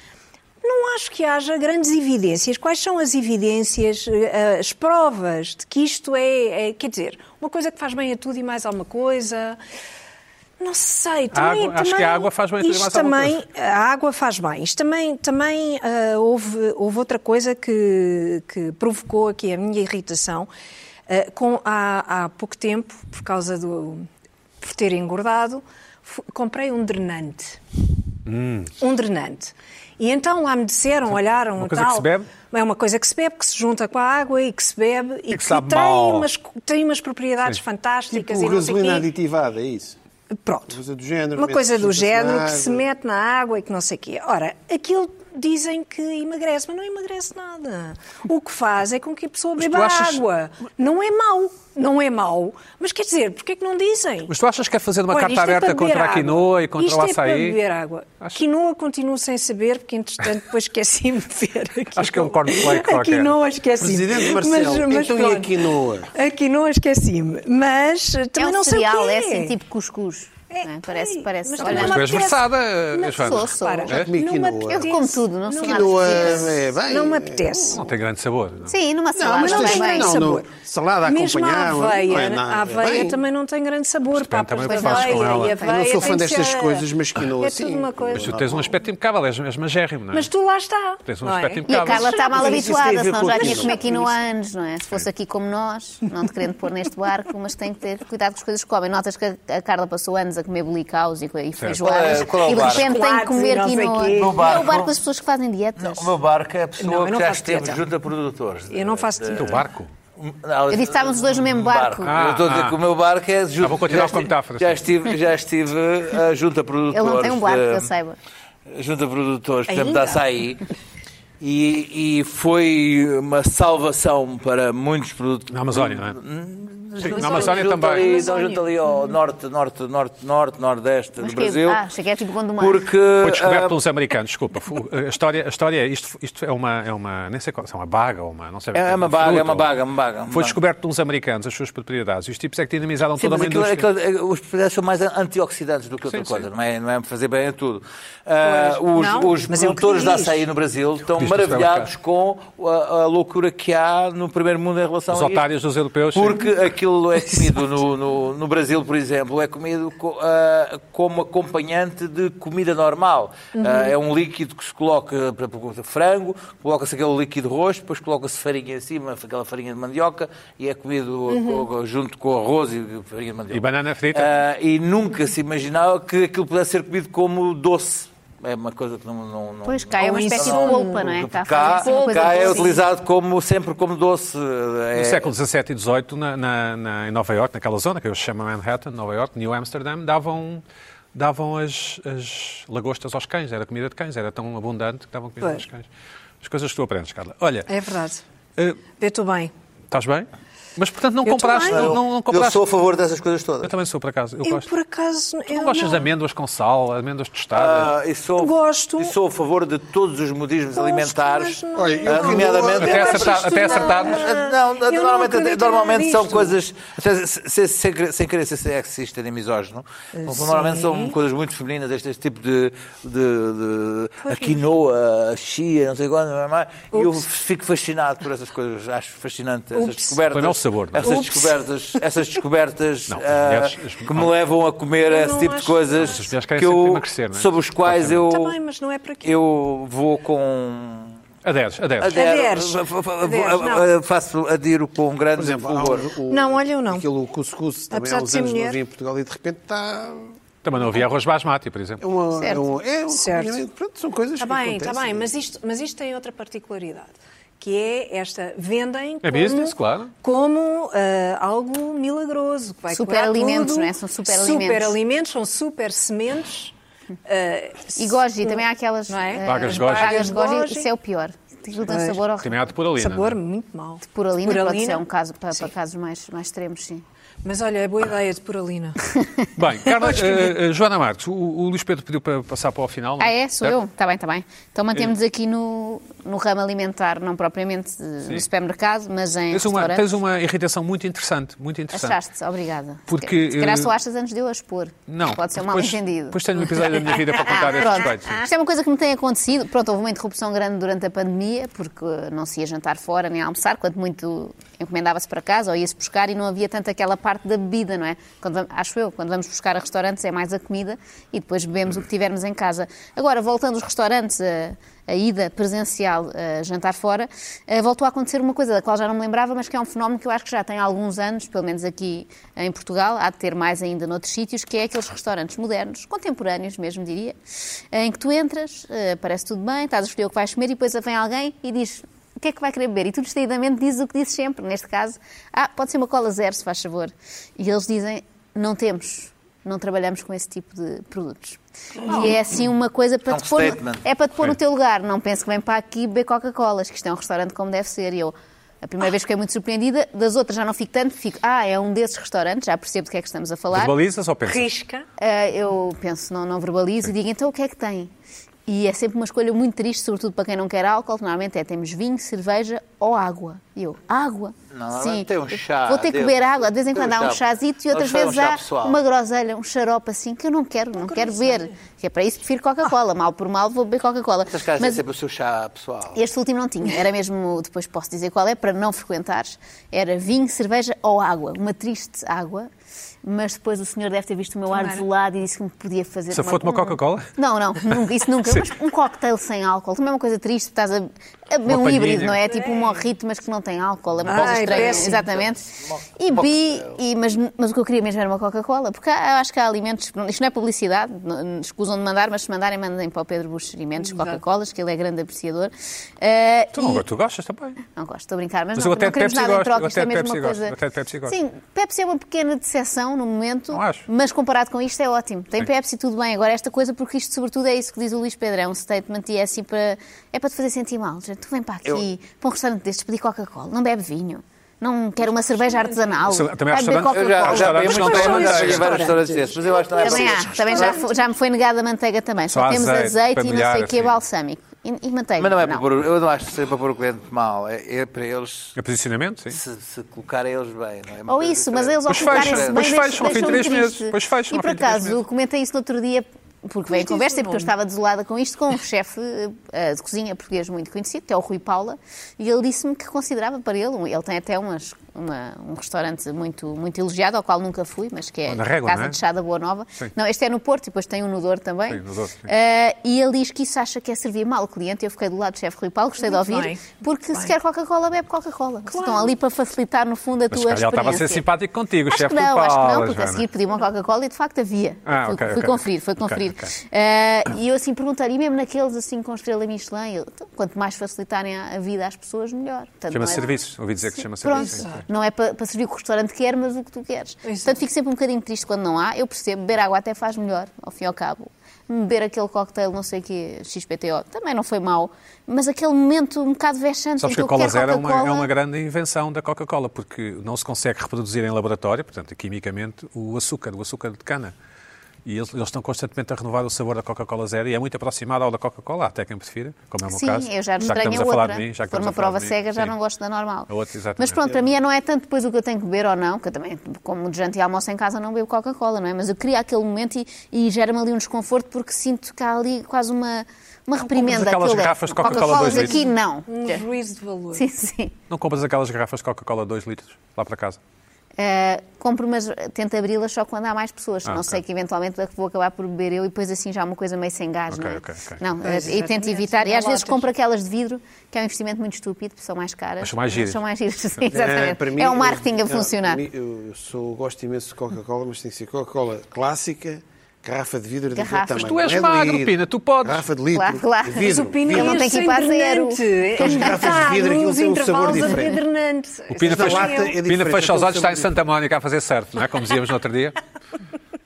Não acho que haja grandes evidências. Quais são as evidências, eh, as provas de que isto é, é- quer dizer, uma coisa que faz bem a tudo e mais alguma coisa? Não sei. Também,
água- acho
também-
que a água faz bem a tudo e
isto
mais alguma
também,
coisa.
a água faz bem. Isto também, também ah, houve, houve outra coisa que, que provocou aqui a minha irritação. Ah, com, há, há pouco tempo, por causa do. por ter engordado, fu- comprei um drenante. Um drenante. E então lá me disseram, olharam
uma
e
coisa
tal.
que se bebe?
É uma coisa que se bebe, que se junta com a água e que se bebe e,
que sabe
tem,
mal.
umas, tem umas propriedades fantásticas
Tipo
e não sei
gasolina
quê.
aditivada, é isso?
Pronto.
Uma coisa do género.
Uma
mete-
coisa do
junta-se na
género que se
água.
mete na água e que não sei o quê. Ora, aquilo dizem que emagrece, mas não emagrece nada. O que faz é com que a pessoa
tu
beba
achas-
água. Não é mau, não é mau. Mas quer dizer, porquê é que não dizem?
Mas tu achas que é fazer uma
Olha,
carta
isto é para
aberta
beber
contra a
água.
quinoa e contra
isto
o
é para
açaí?
beber água. Quinoa continuo sem saber, porque entretanto depois esqueci-me de ver. a
Acho que é um
quinoa.
cornflake
A
qualquer.
quinoa esqueci-me.
Presidente Marcelo, então e a
pronto.
quinoa?
A quinoa esqueci-me. Mas eh, também
é um
não sei
cereal, é
o quê.
assim, tipo cuscuz. não é? Parece,
ai,
parece.
mas
olha,
também
Mas
não
tu és
apetece.
versada,
Não,
Joana. É?
sou, sou.
Repara,
Já comi
não me
quinoa.
Eu
apetece.
como tudo, não sou
Não-
nada
Quinoa
específica.
é bem.
Não me apetece.
Não tem grande sabor. não.
Sim, numa
Não,
salada
mas não
não
tem
também.
tem
é não,
grande sabor.
não. Salada
Mesmo a
acompanhada, não é
aveia,
nada.
a aveia
Bem.
também não tem grande sabor.
depende
Papas
também
de
do que fazes
aveia
com ela.
e
Eu
aveia.
não sou
tem
fã
que
destas
ser-
coisas, mas assim. quinoa
É
sim.
tudo uma coisa.
Mas tu tens um aspecto impecável, és, és magérrimo, não é?
Mas tu lá está.
Tens um
não é?
aspecto
E a
impecável.
Carla está mal
Mas isso tem a ver
habituada, senão
com
já
isso.
tinha comido quinoa há anos, não é? Se fosse aqui como nós, não te querendo pôr neste barco, mas tem que ter cuidado com as coisas que comem. Notas que a a Carla passou anos a comer bolicaus e, co- e feijoadas
Qual é- qual é o
e de
barco?
repente tem que comer
Chocolates e não
quinoa.
sei quê.
No
É
barco.
o barco das pessoas que fazem dietas.
O meu barco é a
Não, eu
pessoa
não
que já
faço
esteve
dieta.
junto a produtores.
Eu não faço
O teu barco.
Não,
disse que estávamos os dois no mesmo barco.
eu estou a dizer
Ah,
que o meu barco é junto.
Ah, vou continuar
já
com a
esti-
metáfora,
Já
sim.
estive, já estive ah, junto a produtores.
Ele não tem um barco,
de-
que eu saiba.
junto a produtores, por exemplo,
Ainda?
da açaí. E, e foi uma salvação para muitos produtores.
Na Amazónia,
Hum,
não é? Sim, na Amazónia
Junto
também.
Ali, estão junto ali ao norte, norte, norte, norte, nordeste
Mas
do
que-
Brasil.
ah, achei que era tipo Gondomar.
Porque.
Foi descoberto
ah,
pelos americanos, desculpa. Fu- A história, a história é isto, isto é uma, é uma, nem sei qual, se é uma baga ou uma, não sei. o que
É uma
fruta
baga, é uma
ou-
baga, uma baga. uma
Foi
baga.
descoberto pelos americanos as suas propriedades e os tipos é que dinamizaram
Sim,
toda
mas
uma
aquilo-
indústria.
aquilo- é os propriedades são mais antioxidantes do que outra
Sim,
coisa,
sim.
Não, é, não é fazer bem a tudo. Ah, os
não,
os
mas é o que
produtores da
diz.
açaí no Brasil estão
Diz-te
maravilhados com a, a loucura que há no primeiro mundo em relação
Os
a isto.
otários dos europeus. sim.
Porque aquilo é comido no, no, no Brasil, por exemplo, é comido co- ah, como acompanhante de comida normal.
Uhum.
Ah, é um líquido que se coloca, por exemplo, frango, coloca-se aquele líquido roxo, depois coloca-se farinha em cima, aquela farinha de mandioca, e é comido
Uhum.
co- junto com arroz e farinha de mandioca.
E banana frita.
Ah, e nunca se imaginava que aquilo pudesse ser comido como doce. É uma coisa que não. não, não
Pois cá é
Ou
uma espécie de
isso.
polpa, não é? Cá,
Cá,
fazem-se uma coisa
cá é
doce.
utilizado como, sempre como doce.
No
É-
século XVII e XVIII, na, na- na- em Nova Iorque, naquela zona que hoje se chama Manhattan, Nova Iorque, New Amsterdam, davam, davam as, as lagostas aos cães. Era comida de cães, era tão abundante que davam comida
Pois.
aos cães. As coisas que tu aprendes, Carla. Olha,
É verdade.
eh,
Eu estou bem.
estás bem? Mas, portanto, não
Eu
compraste...
É,
também.
Não, não compraste...
Eu sou a favor dessas coisas todas.
Eu também sou, por acaso. Eu,
Eu,
gosto.
por acaso.
Tu não
eu
gostas
não.
de amêndoas com sal, amêndoas tostadas?
Ah, e sou,
Gosto.
E sou a favor de todos os modismos
Gosto, mas
alimentares.
não-
Olha, eu
ah, nomeadamente.
Até
Eu acho
acertar-
isto
até acertar.
nada.
Ah, Não,
Eu não
normalmente,
acredito
normalmente
nada
são
disto.
coisas. até se- se- Sem, querer- sem querer ser sexista nem misógino,
Eh,
mas normalmente são coisas muito femininas, este, este tipo de. de, de- a quinoa, a chia, não sei quando, não é mais. E eu fico fascinado por essas coisas. Acho fascinante essas
Ups.
descobertas.
Também é o sabor, não é?
Essas
Ups.
descobertas, essas descobertas
Não, as
ah,
mulheres- as-
que me levam a comer esse
não
tipo de
acho-
coisas
As mulheres querem
que
sempre
eu,
emagrecer, não é?
sobre os quais eu,
Está bem, mas não é para quê?
eu vou com.
Aderes, aderes.
Adero,
Aderes.
fa- fa- fa-
Aderes,
vou-
não.
eh, faço adiro com grande
Por exemplo, há um-
fulgor.
o- o-
Não, olha, eu não.
Aquilo, o cuscuz, também
Apesar
há
de
uns
ser
anos não
mulher.
havia em Portugal e de repente está...
Também não havia arroz basmati, por
É
exemplo.
uma... É,
Certo. Tá
um, é um
Certo.
recolhimento. Pronto, são coisas
Está
que
bem,
acontecem.
está bem, mas isto, mas isto tem outra particularidade, que é esta, vendem
É
como,
business, claro.
como ah, algo milagroso. que vai curar
Superalimentos,
tudo.
não é? São superalimentos.
Superalimentos, são super sementes. eh,
E goji, também há aquelas
Não é?
eh,
Vagas de goji.
vagas de goji,
Goji.
isso é o pior. Aquilo tem um sabor
Também há
horrível.
de por é? ali,
sabor muito mau.
Por ali, pode
Puralina.
ser um caso para,
Sim.
para casos mais, mais extremos, sim.
Mas olha, é boa ideia de pôr a Lina.
Bem, Carla, eh, eh, Joana Marques, o, o Luís Pedro pediu para passar para o final. não Tá.
Ah, é? Sou
Certo?
eu? Está bem, está bem. Então
É.
mantemos aqui no, no ramo alimentar, não propriamente eh, no supermercado, mas em
Tens uma,
restaurantes.
tens uma irritação muito interessante, muito interessante.
Achaste, obrigada.
Porque,
Se calhar
eh,
só achas antes de eu a expor.
Não.
Pode ser um
depois-
mal-entendido.
Depois tenho um episódio da minha vida para contar a esse respeito. sim.
Isto é uma coisa que me tem acontecido. Pronto, houve uma interrupção grande durante a pandemia, porque eh, não se ia jantar fora nem almoçar, quanto muito encomendava-se para casa ou ia-se buscar e não havia tanto aquela parte da bebida, não é? Quando vam- acho eu, quando vamos buscar a restaurantes é mais a comida e depois bebemos o que tivermos em casa. Agora, voltando aos restaurantes, a, a ida presencial a jantar fora, eh, voltou a acontecer uma coisa da qual já não me lembrava, mas que é um fenómeno que eu acho que já tem alguns anos, pelo menos aqui em Portugal, há de ter mais ainda noutros sítios, que é aqueles restaurantes modernos, contemporâneos mesmo, diria, em que tu entras, eh, parece tudo bem, estás a escolher o que vais comer e depois vem alguém e diz o que é que vai querer beber? E tu distraidamente dizes o que dizes sempre, neste caso, ah, pode ser uma cola zero, se faz favor. E eles dizem, não temos, não trabalhamos com esse tipo de produtos. E é assim uma coisa para
É um
te pôr no-
statement.
é para te pôr no teu lugar, não penso que vem para aqui beber Coca-Colas, que isto é um restaurante como deve ser. E eu, a primeira vez fiquei muito surpreendida, das outras já não fico tanto, fico, ah, é um desses restaurantes, já percebo do que é que estamos a falar.
Verbalizas ou pensas?
Risca.
Ah, eu penso, não, não verbalizo e digo, então o que é que tem? E é sempre uma escolha muito triste, sobretudo para quem não quer álcool, que normalmente é temos vinho, cerveja ou água. E eu, água?
Não, tem um chá
Vou ter que
dentro.
beber água. De vez em
Tem um
quando há um
chá.
chazito e outras
Um chá- um
vezes
chá
há
pessoal.
uma groselha, um xarope assim, que eu não quero, não quero beber. Que é para isso que prefiro Coca-Cola. Mal por mal vou beber Coca-Cola.
Estas casas
Mas-
têm sempre o seu chá pessoal.
este último não tinha, era mesmo, depois posso dizer qual é, para não frequentares. Era vinho, cerveja ou água, uma triste água. Mas depois o senhor deve ter visto o meu ar
Tomara.
velado e disse que me podia fazer.
Se for-te uma Coca-Cola?
Não, não, nunca, isso nunca.
Sim.
mas um cocktail sem álcool, também é uma coisa triste, estás a, a beber
Uma
um híbrido,
palhinha.
não é? Tipo um morrito, mas que não tem álcool, é uma
Ai,
coisa estranha.
péssimo.
Exatamente. E bi, e- mas, mas o que eu queria mesmo era uma Coca-Cola, porque há- acho que há alimentos, isto não é publicidade, não- escusam de mandar, mas se mandarem, mandem para o Pedro Buxerimentos, Coca-Colas, que ele é grande apreciador. Eh,
Tu,
e-
não, Então, tu gostas também.
não gosto, estou a brincar, mas,
Mas
não,
eu até
não
de
queremos
Pepsi
nada em
gosto,
troca,
eu
isto é
até de
mesmo uma
Pepsi gosto,
coisa...
eu até de Pepsi gosto.
Sim, Pepsi é uma pequena decepção no momento,
Não acho.
mas comparado com isto é ótimo. Tem
Sim.
Pepsi, tudo bem. Agora esta coisa, porque isto sobretudo é isso que diz o Luís Pedro, é um statement e é assim para... É para te fazer sentir mal. Gente, tu vem para aqui, para um restaurante destes, pedir Coca-Cola, não bebe vinho. Não quero uma cerveja artesanal.
Também há
vai beber
restaurantes-
Eu já,
Coca-Cola.
já
Restaurantes
bem,
não
não
têm
tenho
manteiga.
vários restaurantes desses, mas eu acho que não é
Também há, também já, fo- já me foi negada a manteiga também. Só,
Só
temos
azeite,
azeite e não sei
familiar,
o que,
assim.
balsâmico. E, e manteiga.
Mas não é para pôr, eu não acho que seja para pôr o cliente mal, é, é para eles
É posicionamento, sim.
se, se colocarem eles bem. Não é? Uma
Ou
coisa
isso,
diferente.
mas eles ao
Pois fecham,
colocarem-se bem
pois
deixam-
fecham ao fim de
deixam-me
três meses,
triste.
pois fecham
E
ao
por
fim de três meses.
acaso, comentei isso no outro dia, porque veio em conversa e porque eu estava desolada com isto, com um chefe eh, de cozinha português muito conhecido, que é o Rui Paula, e ele disse-me que considerava para ele, um, ele tem até umas- uma- um restaurante muito, muito elogiado, ao qual nunca fui, mas que é
Na Régua,
Casa
não é?
de Chá da Boa Nova.
Sim.
Não, este é no Porto, e depois tem um no Douro também.
Sim, no Douro, sim.
Eh, e ele diz que isso acha que é servir mal o cliente, eu fiquei do lado do chefe Rui Paulo, gostei
Muito
de ouvir,
bem,
porque
muito
se
bem.
quer Coca-Cola, bebe Coca-Cola. Se Estão ali para facilitar, no fundo, a
Mas se
tua
calhar ele estava a ser
experiência.
simpático contigo,
Acho
chefe
que não,
do
acho que
Paulo,
não, porque a
Joana.
seguir pedi uma Coca-Cola e de facto havia.
Ah,
fui,
ok,
fui
ok.
conferir, fui
Ok,
conferir.
ok.
Ah, e eu assim perguntar, e mesmo naqueles assim com estrela Michelin, eu, então, quanto mais facilitarem a, a vida às pessoas, melhor. Portanto,
Chama-se
não é-
serviços, ouvi dizer que se chama
Pronto,
serviços. sim.
não é para, para servir o que o restaurante quer, mas o que tu queres. Portanto, fico sempre um bocadinho triste quando não há. Eu percebo, beber água até faz melhor, ao fim e ao cabo. Beber aquele cocktail, não sei o quê, XPTO, também não foi mau. Mas aquele momento um bocado vexante
Sabes que
em que
a
eu quero
cola zero é uma, é
Coca-Cola-
uma grande invenção da Coca-Cola, porque não se consegue reproduzir em laboratório, portanto, quimicamente, o açúcar, o açúcar de cana. E eles, eles estão constantemente a renovar o sabor da Coca-Cola zero e é muito aproximado ao da Coca-Cola, até quem prefira, como é o meu
Sim,
caso.
eu já
que estamos
estranho a
a falar
outra.
de mim, já
Se
que
for
estamos
uma
a falar
prova
de mim,
cega, já
sim.
não gosto da normal.
A outra, exatamente.
Mas pronto, para mim não é tanto depois o que eu tenho que beber ou não, que eu também, como durante e almoço em casa, não bebo Coca-Cola, não é? Mas eu queria aquele momento e, e gera-me ali um desconforto porque sinto que há ali quase uma, uma reprimenda.
aquelas
que eu levo.
garrafas de Coca-Cola
Coca-Colas
dois
aqui, não.
Um juízo de valor.
Sim, sim.
Não compras aquelas garrafas de Coca-Cola 2 litros lá para casa?
Uh, compro, mas tento abri-las só quando há mais pessoas. não
Ah, ok.
sei que eventualmente é que vou acabar por beber eu e depois assim já há uma coisa meio sem gás,
Ok,
não é?
ok, ok.
Não, uh,
Pois,
e tento
exatamente.
evitar. E
Não
às vezes
latas.
compro aquelas de vidro, que é um investimento muito estúpido, porque são mais caras.
Mas são mais giras.
São mais giras, sim,
Ah,
exatamente.
para mim,
é um marketing
eu-
a funcionar.
Eu, eu sou, gosto imenso de Coca-Cola, mas tem que ser Coca-Cola clássica, garrafa de vidro daquele
Garrafa.
tamanho.
Mas tu és
Não é de
magro,
litro.
Pina, tu podes.
Garrafa de litro.
Claro, claro.
de
Mas
vidro,
Mas o Pina
Ele
vidro.
não tem que ir para a zero.
Aquelas garrafas de vidro, aquilo tem um sabor diferente.
O Pina
Mas a
fecha,
lata é
Pina
diferente,
fecha os
aquele
olhos, está em
sabor
Santa Mónica a fazer certo, não é? Como dizíamos no outro dia.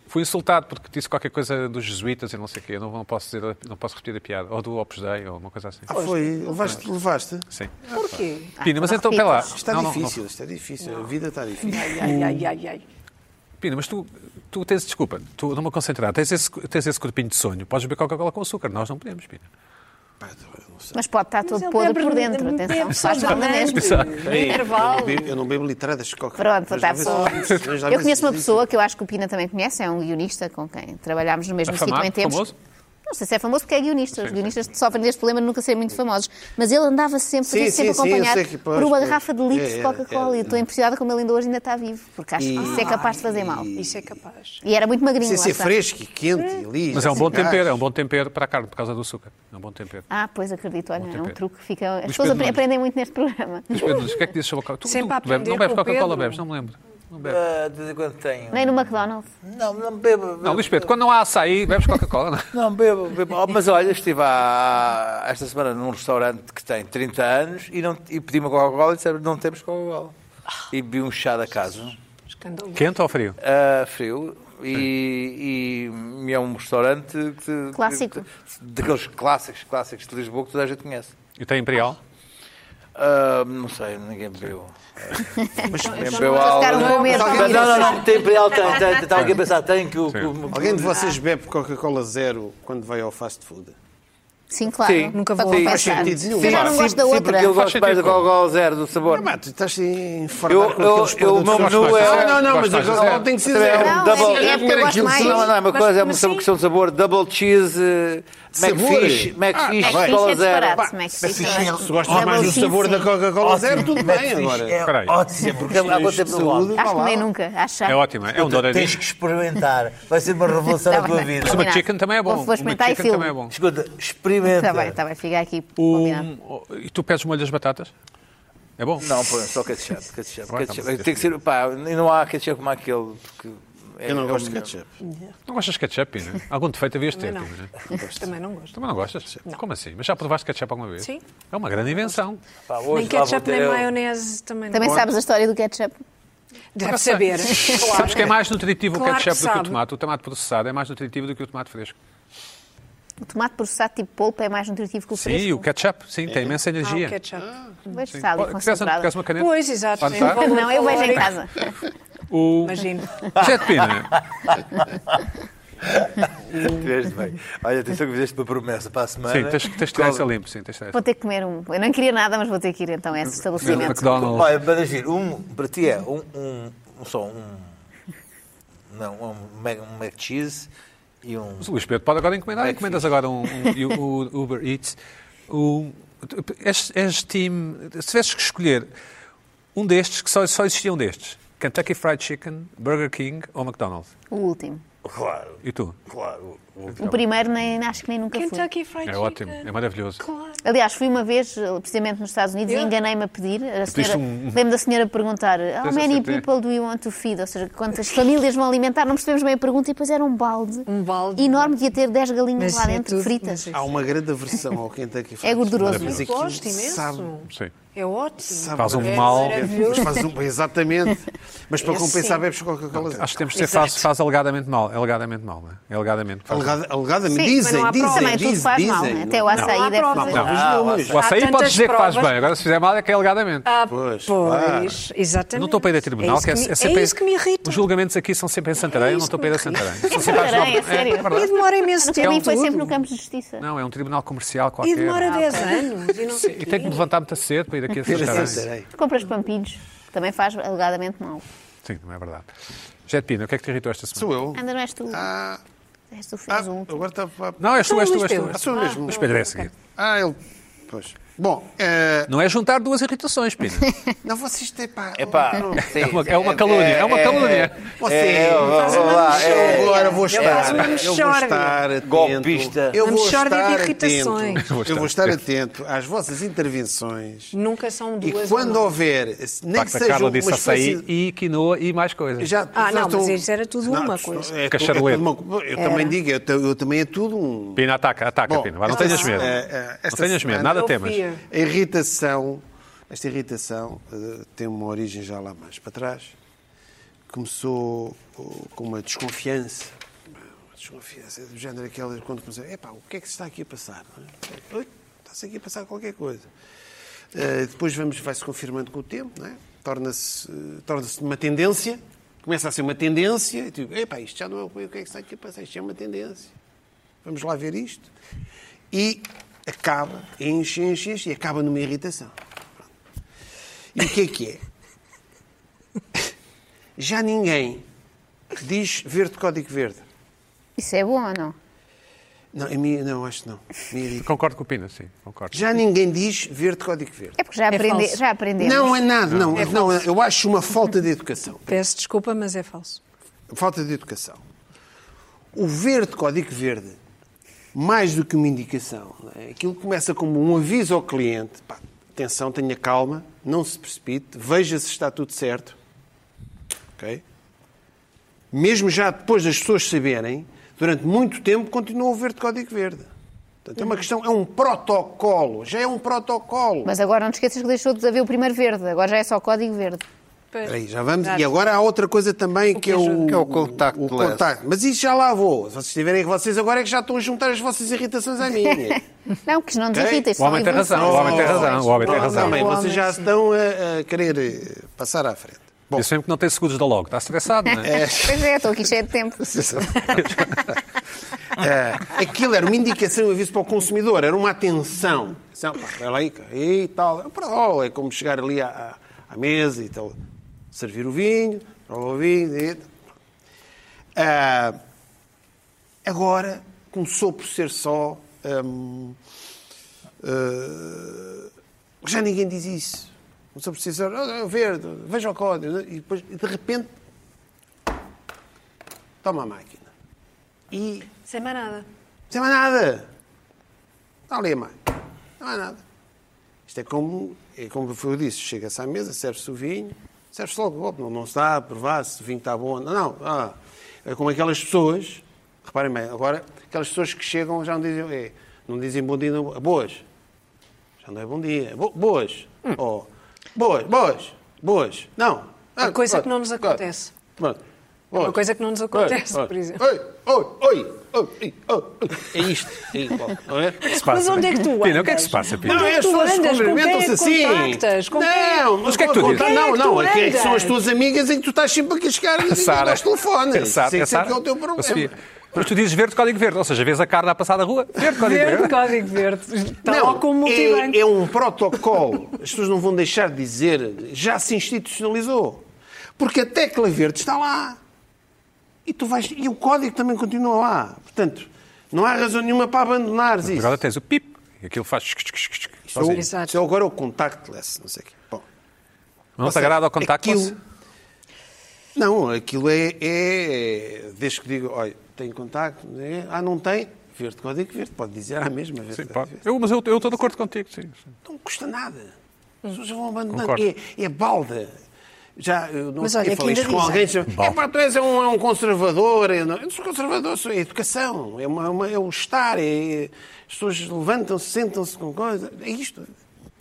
Fui insultado porque disse qualquer coisa dos jesuítas e não sei o quê. Eu não, não posso dizer, a- não posso repetir a piada. Ou do Opus Dei, ou uma coisa assim.
Ah, foi? Levaste? levaste?
Sim.
Porquê?
Pina, mas
Ah,
não
então,
repitas.
pera lá.
Está
Não, não,
difícil, está difícil. A vida está difícil.
Ai, ai, ai, ai, ai.
Pina, mas tu, tu tens, desculpa, tu não me concentrar, tens esse, tens esse corpinho de sonho, podes beber Coca-Cola com açúcar, nós não podemos, Pina.
Pá, eu não sei.
Mas pode estar todo
ele
podre
bebe-
por dentro,
bebe
atenção. Faz
só
mal na
banana.
mesma.
Eu
Intervalo.
não bebo- Eu não bebo litradas de coca.
Pronto,
Mas
está
às
bom.
vezes- às
Eu
vezes-
conheço uma pessoa que eu acho que o Pina também conhece, é um guionista com quem trabalhámos no mesmo
Afamado,
sítio em
É
tempos.
famoso?
Não sei se é famoso porque é guionista. Os guionistas sofrem deste problema de nunca serem muito famosos. Mas ele andava sempre,
Sim,
fazia sempre
sim, sim, eu
acompanhado
sei que, pois,
por uma
pois.
garrafa de litros
É,
de
é,
Coca-Cola.
é,
e estou impressionada como ele ainda hoje ainda está vivo, porque acho que isso é capaz de fazer mal.
Isso é capaz.
E era muito magrinho.
Sem
lá
ser
está. Hum.
fresco e quente e liso.
Mas é um
assim,
bom
gás.
tempero, é um bom tempero para a carne, por causa do açúcar. É um bom tempero.
Ah, pois acredito, olha, é um
tempero.
truque que fica. As
Luís
pessoas
Pedro
apre-
Nunes.
aprendem muito neste programa.
Mas Pedro, o que é que dizes sobre a Coca-Cola? Tu,
Sempre a
tu bebes, não
aprender
bebes
com o
Coca-Cola,
Pedro.
bebes, não me lembro. Não bebes.
Ah, de vez em quando tenho.
Nem no McDonald's.
Não, não bebo. bebo
Não, Luís Pedro, quando não há açaí, bebes Coca-Cola, não? é?
Não, bebo, bebo. Oh, mas olha, estive há, esta semana num restaurante que tem 30 anos e, não, e pedi uma Coca-Cola e disseram não temos Coca-Cola. E bebi um chá da casa,
Escândalo.
Quente ou frio?
ah, frio, e, e é um restaurante que-
Clássico.
daqueles clássicos, clássicos de Lisboa que toda a gente conhece.
E tem imperial?
Ah, não sei, ninguém bebeu.
Ah, Mas-
Ninguém
mas-
bebeu
Vocês ficaram
algo.
um com medo de
Não,
ouvir
não,
isso.
não, tem, tem, tem, tem, tem, tem alguém a pensar, tem que o. que o-
Alguém de vocês bebe Coca-Cola zero quando vai ao fast food?
Sim, claro.
Sim.
nunca vou
Sim.
Faz
confessar.
sentido nenhum.
Se eu já
Claro,
não
Sim,
gosto da
sim,
outra.
porque eu
Faz
gosto mais da
sentido.
Coca-Cola zero, do sabor.
Ah, mas tu estás
Eu-
enfardado com
eu-
aqueles
eu- o meu
produtos.
menu é-
Não, não, não, mas a
Gosto mais
Coca-Cola
de
tem que ser
Também é
zero.
um
Não,
double-
é- é porque eu gosto mais.
Não, não, é uma
Mas-
coisa, é uma
mas
sobre
sim.
questão de sabor. Double cheese, eh,
Sabor?
McFish,
Ah,
McFish,
tá bem.
Cola
McFish é
zero.
disparado.
Pá,
Como é que se
Mas
diz?
Ah, sim, Se
Não
gostas
é
mais do
bom, sim,
sabor
sim.
da Coca-Cola zero, tudo bem agora.
Espera aí.
Ótimo, porque
há quanto tempo não
Saúde,
gosto.
vá
Acho que
lá.
nem nunca. Acho
É ótimo, é um douradinho.
Tens que experimentar. Vai ser uma revolução na
Tá
tua
bem.
vida.
Mas o chicken também é bom.
Vou
O
experimentar e
chicken
filmo.
também é bom.
Escuta, experimenta.
Está bem, está bem. Fica aqui
O-
combinado.
Um, oh, E tu pedes molho das batatas? É bom?
Não, pô, só ketchup, ketchup,
Vai,
ketchup.
tá-me
Tem que ser, pá, e não há ketchup como aquele. Porque é-
Eu não
é o
gosto de
melhor.
ketchup.
Não gostas de ketchup, Pina? Algum defeito havias de ter,
Também não.
Pina, né?
Também não gosto.
Também não gostas? Como assim? Mas já provaste ketchup alguma vez?
Sim.
É uma grande invenção.
Pá, hoje
Nem
lá vou
ketchup,
ter
nem
eu.
maionese também não
Também
gosto.
sabes a história do ketchup?
Deve saber.
Sabes que é mais nutritivo
Claro
o
que
ketchup do que o
sabe.
tomate? O tomate processado é mais nutritivo do que o tomate fresco.
O tomate processado tipo polpa é mais nutritivo que o
Sim, o
fresco.
ketchup, sim, tem imensa
Ah, o
energia.
ketchup.
Mas
Sim.
está ali
Pode- Queres um-
concentrado.
queres uma caneta?
Pois, exato.
Lá
tem
está.
um valor
Não, eu vejo em
calórico.
casa.
O né?
Imagino.
Zé de Pina,
Fizeste bem. Olha, atenção que fizeste uma promessa para a semana.
é.
sim, tens, tens de tirar essa limpo, sim, tens de tirar essa.
Vou ter que comer um. Eu não queria nada, mas vou ter que ir então a esse estabelecimento.
McDonald's.
Olha, para dizer, um, para ti é um, um, um só um. Não, um, Mac- um Mac Cheese e um.
Mas o Luís Pedro pode agora encomendar. Encomendas agora um, um- e o- o Uber Eats. O, és, és time, se tivesses que escolher um destes, que só, só existiam destes, Kentucky Fried Chicken, Burger King ou McDonald's.
O último.
Claro,
E tu?
claro.
um,
o-
O primeiro nem, acho que nem nunca fui.
Kentucky Fried
É
Chicken.
ótimo, é maravilhoso.
Claro.
Aliás, fui uma vez, eh, precisamente nos Estados Unidos, e
Yeah.
enganei-me a pedir. A senhora,
um-
Lembro da senhora perguntar: How
Pensa
many
sempre.
people do you want to feed? Ou seja, quantas famílias vão alimentar? Não percebemos bem a pergunta, e depois era um balde.
Um balde.
Enorme, devia ter 10
Mas
galinhas lá
é
dentro,
tudo-
fritas.
mas é-
Há uma grande aversão ao Kentucky Fried
É gorduroso.
Chicken, mas
Eu
aquilo
gosto imenso.
sabe-
Sim.
É ótimo.
sabe
Faz um
maravilha.
mal.
É
Mas faz um- Exatamente. Mas para
Esse
compensar
sim.
bebes Coca-Cola zero.
Acho que temos de ser, faz, faz alegadamente mal, é alegadamente mal, não é? É alegadamente. faz mal.
Alegada- Alegadamente,
Sim,
dizem,
mas não há
é dizem,
prova.
Também
dizem,
tudo faz mal,
dizem.
né? até o açaí
Não há Ah,
deve
provas.
fazer.
Não,
mal.
não, não,
O açaí
Há
pode
tantas
dizer que faz
provas.
bem, agora se fizer mal é que é alegadamente.
Ah,
Pois,
pois,
claro.
exatamente.
Eu não estou para ir a tribunal,
é isso
que é,
me-
é sempre.
é isso que me irrita.
Os julgamentos aqui são sempre em Santarém,
É
eu não
isso
estou
que
para ir a
me irrita.
Santarém.
É Santarém, é sério.
E demora imenso
Para
tempo.
mim foi
tudo.
sempre no campo de justiça.
Não, é um tribunal comercial qualquer.
E demora 10 anos. E não sei
E tenho que me levantar muito cedo para ir aqui a Santarém.
Exatamente.
Compras pampinhos, também faz alegadamente mal.
Sim, não é verdade. José de Pina, o que é que te irritou esta semana?
Sou eu.
Ainda não és tu.
Ah,
És tu,
ah,
és um.
agora estava...
Não, é és tu, és tu,
Luís
és tu.
Pedro.
és tu.
sou eu mesmo.
Mas Pedro é a seguir.
Ah, ele... Pois. Bom, eh,
Não é juntar duas irritações, Pina.
não, vocês têm pá...
É pá, sim,
É uma, é uma calúnia, é uma
é-
calúnia.
Vocês...
É, eu- eu- eu- lá, é-
Eu agora vou estar,
faço uma
eu vou
mexórdia.
estar atento.
Golpista.
Eu
Uma
vou
mexórdia de
estar
irritações.
atento. Eu vou estar atento às vossas intervenções.
Nunca são
E
duas.
quando
ou não.
houver, nem que
Facto, a
seja
Carla
uma
disse açaí
espécie...
e quinoa e mais coisas.
Já,
Ah,
já
não,
estou-
mas isso era tudo uma
isto
coisa.
é- é
Cacharolete.
tudo uma- eu também digo, eu, te- eu também é tudo um...
Pina, ataca, ataca,
Bom,
Pina. Vá, não
esta
tenhas
se-
medo.
eh, eh,
Não
esta
tenhas medo,
semana-
nada
Não
temas.
fia.
A irritação, esta irritação eh, tem uma origem já lá mais para trás. Começou oh, com uma desconfiança. Uma desconfiança do género aquela quando comecei, epá, o que é que se está aqui a passar? não é? Oi, Está-se aqui a passar qualquer coisa. Eh, depois vamos, vai-se confirmando com o tempo, não é? torna-se eh, torna-se uma tendência começa a ser uma tendência, e digo, epá, isto já não é o que é que está aqui a passar, isto é uma tendência. Vamos lá ver isto. E acaba, enche, enche, enche, e acaba numa irritação. E o que é que é? Já ninguém diz verde código verde.
Isso é bom ou não?
Não, a mim, não, acho que não. Me irrita.
Concordo com o Pina, sim. Concordo.
Já ninguém diz verde código verde.
É porque já, aprende-
falso.
já aprendemos.
Não é nada, não. não eu acho uma falta de educação.
Peço desculpa, mas é falso.
falta de educação. O verde, código verde, mais do que uma indicação, não é? aquilo começa como um aviso ao cliente: pá, atenção, tenha calma, não se precipite, veja se está tudo certo. Ok? Mesmo já depois das pessoas saberem, durante muito tempo continua o verde, código verde. Portanto, é uma questão, é um protocolo, já é um protocolo.
Mas agora não te esqueças que deixou de haver o primeiro verde, agora já é só código verde.
Espera aí, já vamos. E é agora há outra coisa também que, é o,
ajuda?
Que é o contactless.
o contacto. Mas isso já lá vou. Se vocês tiverem que vocês agora é que já estão a juntar as vossas irritações à minha.
Não, que não nos
Ok.
irrita. isso
O homem
são
tem razão, o
evoluções.
homem tem razão, o homem tem
Não,
razão.
Também,
O homem,
vocês já estão a, a querer eh, passar à frente. Bom,
Eu sempre que não tem seguros da logo, está estressado, não é?
Pois é, estou aqui cheio de tempo.
eh, aquilo era uma indicação, um aviso para o consumidor, era uma atenção. Atenção, pá, vai lá aí, cara, e tal. Para lá, é como chegar ali à, à- à mesa e tal. Servir o vinho, prova o vinho. E... Ah, agora começou por ser só. hum, ah, já ninguém diz isso. Começou por ser só. "Ah, verde, veja o código. E depois, de repente, toma a máquina. E
Sem mais nada.
não tem mais nada. Está ali a mãe. Não há nada. Isto é como, é como eu disse, chega-se à mesa, serve-se o vinho, serve-se logo o golpe, não, não se dá a provar se o vinho está bom. ou Não, não. Ah, é como aquelas pessoas, reparem bem, agora, aquelas pessoas que chegam já não dizem, é, não dizem bom dia, não, boas. Já não é bom dia. Bo- boas.
Hum.
Ou, boas, boas, boas. Não.
Uma coisa
boas,
que não nos
boas,
acontece.
boas,
Uma
boas.
coisa que não nos acontece,
Oi, oi,
por exemplo.
Oi, oi, oi, oi, oi, oi, oi. É isto. É igual. Não é?
O que se passa?
Mas onde é que
Pina, o
tu
que é que
andas?
se passa, Pina?
Não,
Não,
é
as
tu
pessoas
andas? Com quem é que
cumprimentam-se assim.
contactas? Com quem é que-
não,
Mas o que é que tu
vou
dizes?
contar- Não,
Com quem é que
não,
tu
é que são as
andas?
tuas amigas em que tu estás sempre aqui a chegar e
Sara.
aos telefones.
É Sara,
Sei
é
que sei
Sara.
que é o teu
Ó,
problema.
Sofia, Mas tu dizes verde, código verde, ou seja, vês a cara a passar da rua, verde, código
Verde,
verde.
código verde. Está lá
Não,
com o multibanco.
é, é um protocolo. As pessoas não vão deixar de dizer. Já se institucionalizou. Porque a tecla verde está lá. E, tu vais, e o código também continua lá. Portanto, não há razão nenhuma para abandonares isso.
Agora tens o pip, e aquilo faz... tch, tch, tch, tch,
Isso é o-
sozinho.
Exato.
isso é agora o contactless, não sei o quê. Bom,
Não te agrada ao contacto?
aquilo, não, aquilo é, é- Desde que digo, olha, tem contacto, né? ah, não tem, verde código verde, pode dizer à mesma verde.
Sim,
código
pode.
verde.
Eu, mas eu eu estou de acordo contigo, sim. sim.
Não custa nada. As pessoas vão abandonando.
Concordo.
É, é balda. Já, eu não
Mas
sei,
olha,
eu
aqui
falei isto
ainda
com alguém.
dizem.
É, pá, tu és um, um conservador. Eu, não, eu não sou conservador, sou é educação. É, uma, uma- é o estar. É, as pessoas levantam-se, sentam-se com coisa. É isto.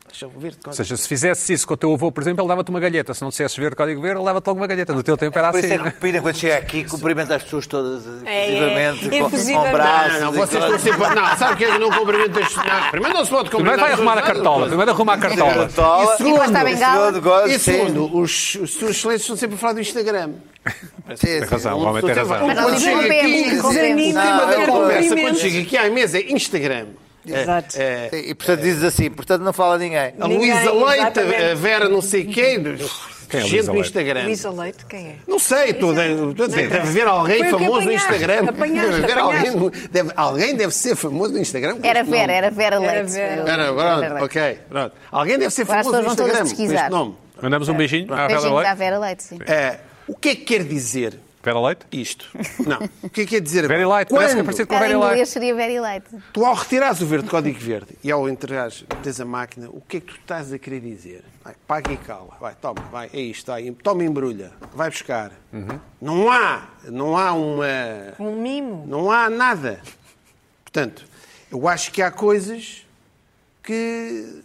Deixa eu ver.
Ou seja, se fizesse isso com o teu avô, por exemplo, ele dava-te uma galheta. Se não dissesses verde, código verde, ele dava-te logo uma galheta. No teu tempo era
Por
assim.
isso é
não
que
é?
o Pina, quando chega aqui, cumprimenta as pessoas todas,
É, é,
inclusivamente, com- um com,
inclusivamente.
braços.
Não, não,
e
vocês estão
coisas.
sempre. Não, sabe o que é que não cumprimenta as não, Primeiro não se
Primeiro
pode cumprimentar.
é vai
as
arrumar a
pessoas.
cartola. Primeiro arruma a cartola.
Cartola.
E segundo-
E bengala.
segundo gosto, sim.
E segundo, os, os seus excelentes estão sempre a falar do Instagram.
Sim, sim.
razão, o homem tem razão.
Mas
Quando
nós
chega
interrompemos,
aqui,
interrompemos.
em cima da
Não,
conversa, quando
cumprimentos.
chega aqui à mesa, é Instagram.
Exato.
É,
E portanto dizes assim, portanto não fala ninguém.
a
Ninguém,
Luísa Leite,
exatamente.
a Vera não sei quem,
Quem é a
gente
Luísa
no
Leite?
Instagram.
Luísa Leite, quem é?
Não sei, estou a- estou a dizer, deve haver alguém
Foi o que
famoso no
apanhaste,
Instagram.
apanhaste,
Deve haver
apanhaste.
alguém, no- deve, alguém deve ser famoso no Instagram. com
Era
este nome.
Vera, era Vera
Era
Leite.
Vera.
Era,
Vera
pronto,
Leite.
ok. Pronto. Alguém deve ser
é Agora as
famoso no
pessoas vão todas
Instagram com este
pesquisar.
nome.
Mandamos um beijinho à Vera
Beijinhos à
Leite.
Vera Leite, sim.
É, o que é que quer dizer
Vera Leite?
isto? Não. O que é que quer dizer?
Very light, parece que é
Quando
parecido com
Cara, em
Vera Leite.
inglês seria Very Light.
tu, ao retirares o verde, código verde, e ao entregares, metes a máquina, o que é que tu estás a querer dizer? Vai, paga e cala. Vai, toma, vai, é isto, vai, toma e embrulha. Vai buscar.
Uhum.
Não há, não há uma...
Um mimo.
Não há nada. Portanto, eu acho que há coisas que.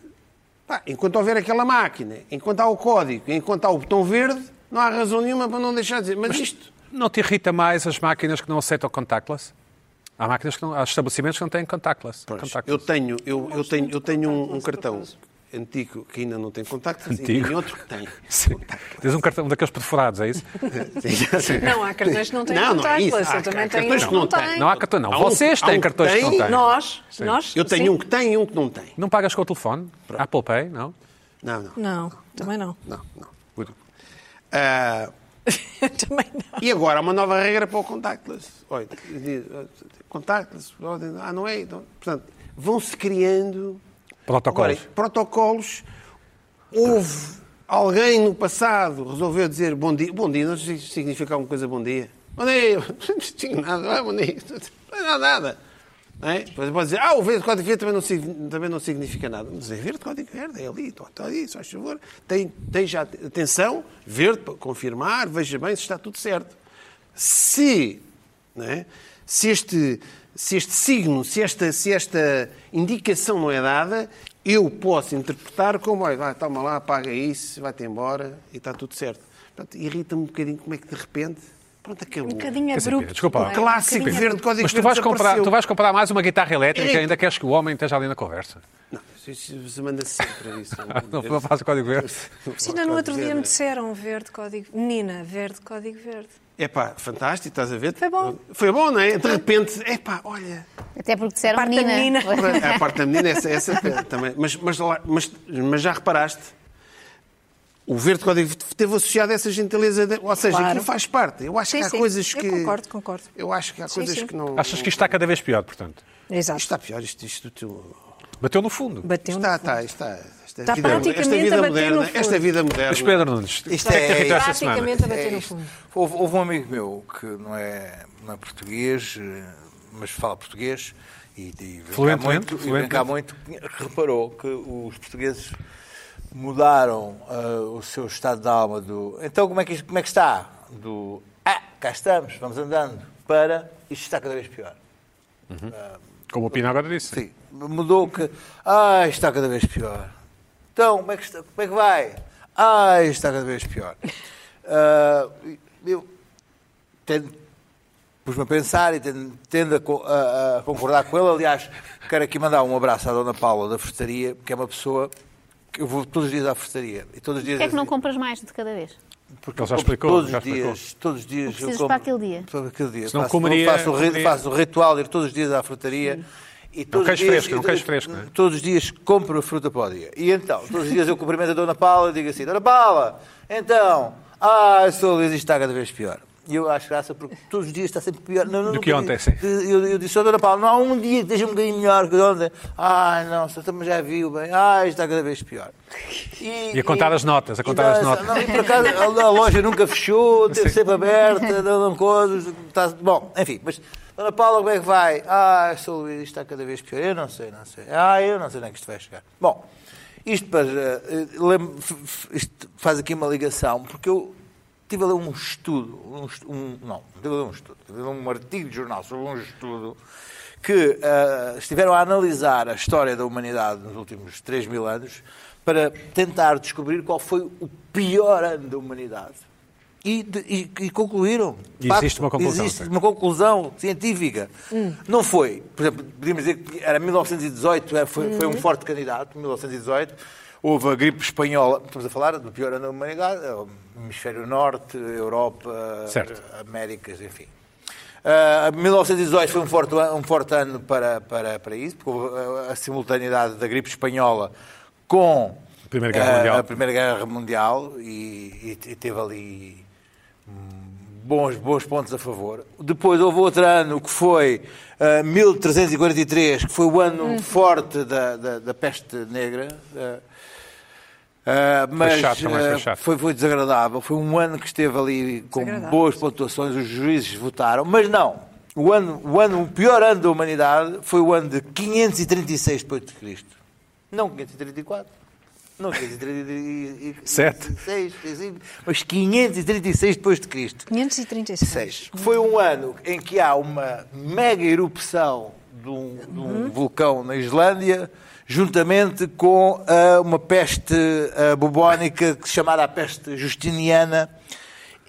pá, enquanto houver aquela máquina, enquanto há o código, enquanto há o botão verde, não há razão nenhuma para não deixar de dizer. Mas isto.
Não te irrita mais as máquinas que não aceitam contactless? Há máquinas que não, há estabelecimentos que não têm contactless.
Pois,
contactless.
eu tenho, eu, eu tenho, eu tenho um, um cartão antigo que ainda não tem contactos e
Antigo.
tem outro que tem.
Tens um cartão daqueles perfurados, é isso?
Não, há cartões que não têm
Não, não é isso.
contactless.
Há-
eu também
há
tenho
cartões
uns que
que
não
não têm.
têm.
Não há cartão, não.
Há um-
Vocês
há
têm
um que
cartões que não
tem.
têm.
Nós, nós.
Eu tenho
sim.
um que tem e um que não tem.
Não pagas com o telefone? Apple Pay, não?
Não, não.
Não, também não.
Não, não. Ah,
também não.
e agora há uma nova regra para o contactless. Olha, diz, olha, contactless, ordem- ah, não é? Não. Portanto, vão-se criando
Protocolos.
Agora, protocolos. Houve alguém no passado resolveu dizer bom dia. Bom dia não significa alguma coisa bom dia. Bom dia, não tinha nada, ah, bom dia, não há nada. Não é? Depois pode dizer, ah, o verde código verde também não, signi- também não significa nada. Mas é verde código verde, é ali, está está ali, só favor. Tem, tem já atenção, verde, para confirmar, veja bem se está tudo certo. Se não é? Se este, se este signo, se esta, se esta indicação não é dada, eu posso interpretar como, olha, vai, toma lá, apaga isso, vai-te embora e está tudo certo. Portanto, irrita-me um bocadinho como é que de repente, pronto, acabou.
Um bocadinho
Quer dizer,
abrupto.
desculpa lá.
não é? Um
Clássico
bocadinho
verde, código
Mas tu
verde
vais, comprar,
desapareceu.
tu vais comprar mais uma guitarra elétrica e
Henrique.
ainda queres que o homem esteja ali na conversa.
Não, isso, isso manda sempre isso.
Não, não faz o código verde.
Sim, ainda no outro dia me disseram verde código. Menina, verde código verde.
É pá, fantástico, estás a ver?
Foi bom.
Foi bom, não é? De repente, é pá, olha,
Até porque disseram
Parte da
menina.
menina.
A parte da menina, essa, essa também. Mas, mas, lá- mas- mas já reparaste, o verde código teve associado a essa gentileza, de- ou seja,
Claro.
aquilo faz parte. Eu acho
Sim,
que há
sim.
coisas
Eu
que.
concordo, concordo.
Eu acho que há coisas
sim.
que não.
Achas que isto está cada vez pior, portanto?
Isto
Exato.
está pior, isto, isto, tu-
Bateu no fundo.
Bateu
Está,
no fundo.
está, está. Esta
um Está praticamente
esta vida
a bater no
moderna,
fundo. Um
esta vida moderna.
Mas Pedro Nunes,
Isto
o que é que
é-
irritou esta semana? É
Praticamente a bater no fundo.
Houve, houve um amigo meu que não é, não é português, eh, mas fala português e, e vem cá
Fluentemente,
muito, e vem
fluentemente.
cá muito, reparou que os portugueses mudaram ah, o seu estado da alma do. Então como é que, isto- como é que está? Do ah, cá estamos, vamos andando, para isto está cada vez pior.
Como o Pina agora disse.
Sim, mudou que. Ai, está cada vez pior. Então, como é que, está- como é que vai? Ai, está cada vez pior. Ah, eu tendo- pus-me a pensar e tendo, tendo a, co- a- a concordar com ele. Aliás, quero aqui mandar um abraço à Dona Paula da Frutaria, que é uma pessoa que eu vou todos os dias à frutaria. E todos os dias.
Porquê é que não
eu-
compras mais de cada vez?
Porque ele já
Como
explicou.
Todos
já
os
explicou.
dias. Todos os dias.
precisas
eu como-
para aquele dia.
Para aquele dia.
Senão
faço, um
comeria-
faço, o ri-
comeria-
faço o ritual de ir todos os dias à frutaria. E todos
queijo
os dias,
fresco,
e
um um queijo fresco, não é?
Todos os dias compro a fruta para o dia. E então, todos os dias eu cumprimento a Dona Paula e digo assim: Dona Paula, então, ah, eu sou Luís e está cada vez pior. E eu acho graça porque todos os dias está sempre pior. Não, não,
Do
não-
que ontem, sim.
Eu, eu disse, oh, Dona Paula, não há um dia que esteja um bocadinho melhor que ontem. Ah, não, só também já viu bem. Ah, está cada vez pior.
E a contar as notas, a
e
contar
dá-
as notas.
não, e por acaso, a, a loja nunca fechou, teve sempre aberta, dando coisas. Tá, bom, enfim, mas. Dona Paula, como é que vai? Ah, sou Luís, isto está cada vez pior. Eu não sei, não sei. Ah, eu não sei nem que isto vai chegar. Bom, isto para. eh, lem- f- f- isto faz aqui uma ligação, porque eu tive a ler um estudo. Um, estu- um- não, não tive a ler um estudo. Tive a ler um artigo de jornal sobre um estudo que ah, estiveram a analisar a história da humanidade nos últimos 3 mil anos para tentar descobrir qual foi o pior ano da humanidade. E, de- e- e concluíram.
E
Facto,
existe uma conclusão,
Existe
sim.
uma conclusão científica. Não foi, por exemplo, podíamos dizer que era 1918, é, foi, foi um forte candidato, 1918. Houve a gripe espanhola, estamos a falar do pior ano da humanidade, é o hemisfério norte, Europa,
Certo.
Américas, enfim. Ah, 1918 foi um forte, an- um forte ano para, para, para isso, porque houve a, a simultaneidade da gripe espanhola com
A Primeira Guerra Mundial.
Eh, a Primeira Guerra Mundial e, e- e teve ali hum, bons, bons pontos a favor. Depois houve outro ano que foi ah, 1343, que foi o ano forte da, da, da peste negra. ah, ah, mas
chato, também foi
ah,
chato.
foi, foi desagradável. Foi um ano que esteve ali com
Desagradável.
boas pontuações, os juízes votaram, mas não. O, ano, o, ano, o pior ano da humanidade foi o ano de 536 depois de Cristo. Não 534. Não
Sete.
536, mas 536 depois de Cristo.
536.
2006. Foi um ano em que há uma mega erupção de um, de um vulcão na Islândia, juntamente com ah, uma peste ah, bubónica que- chamada a peste justiniana.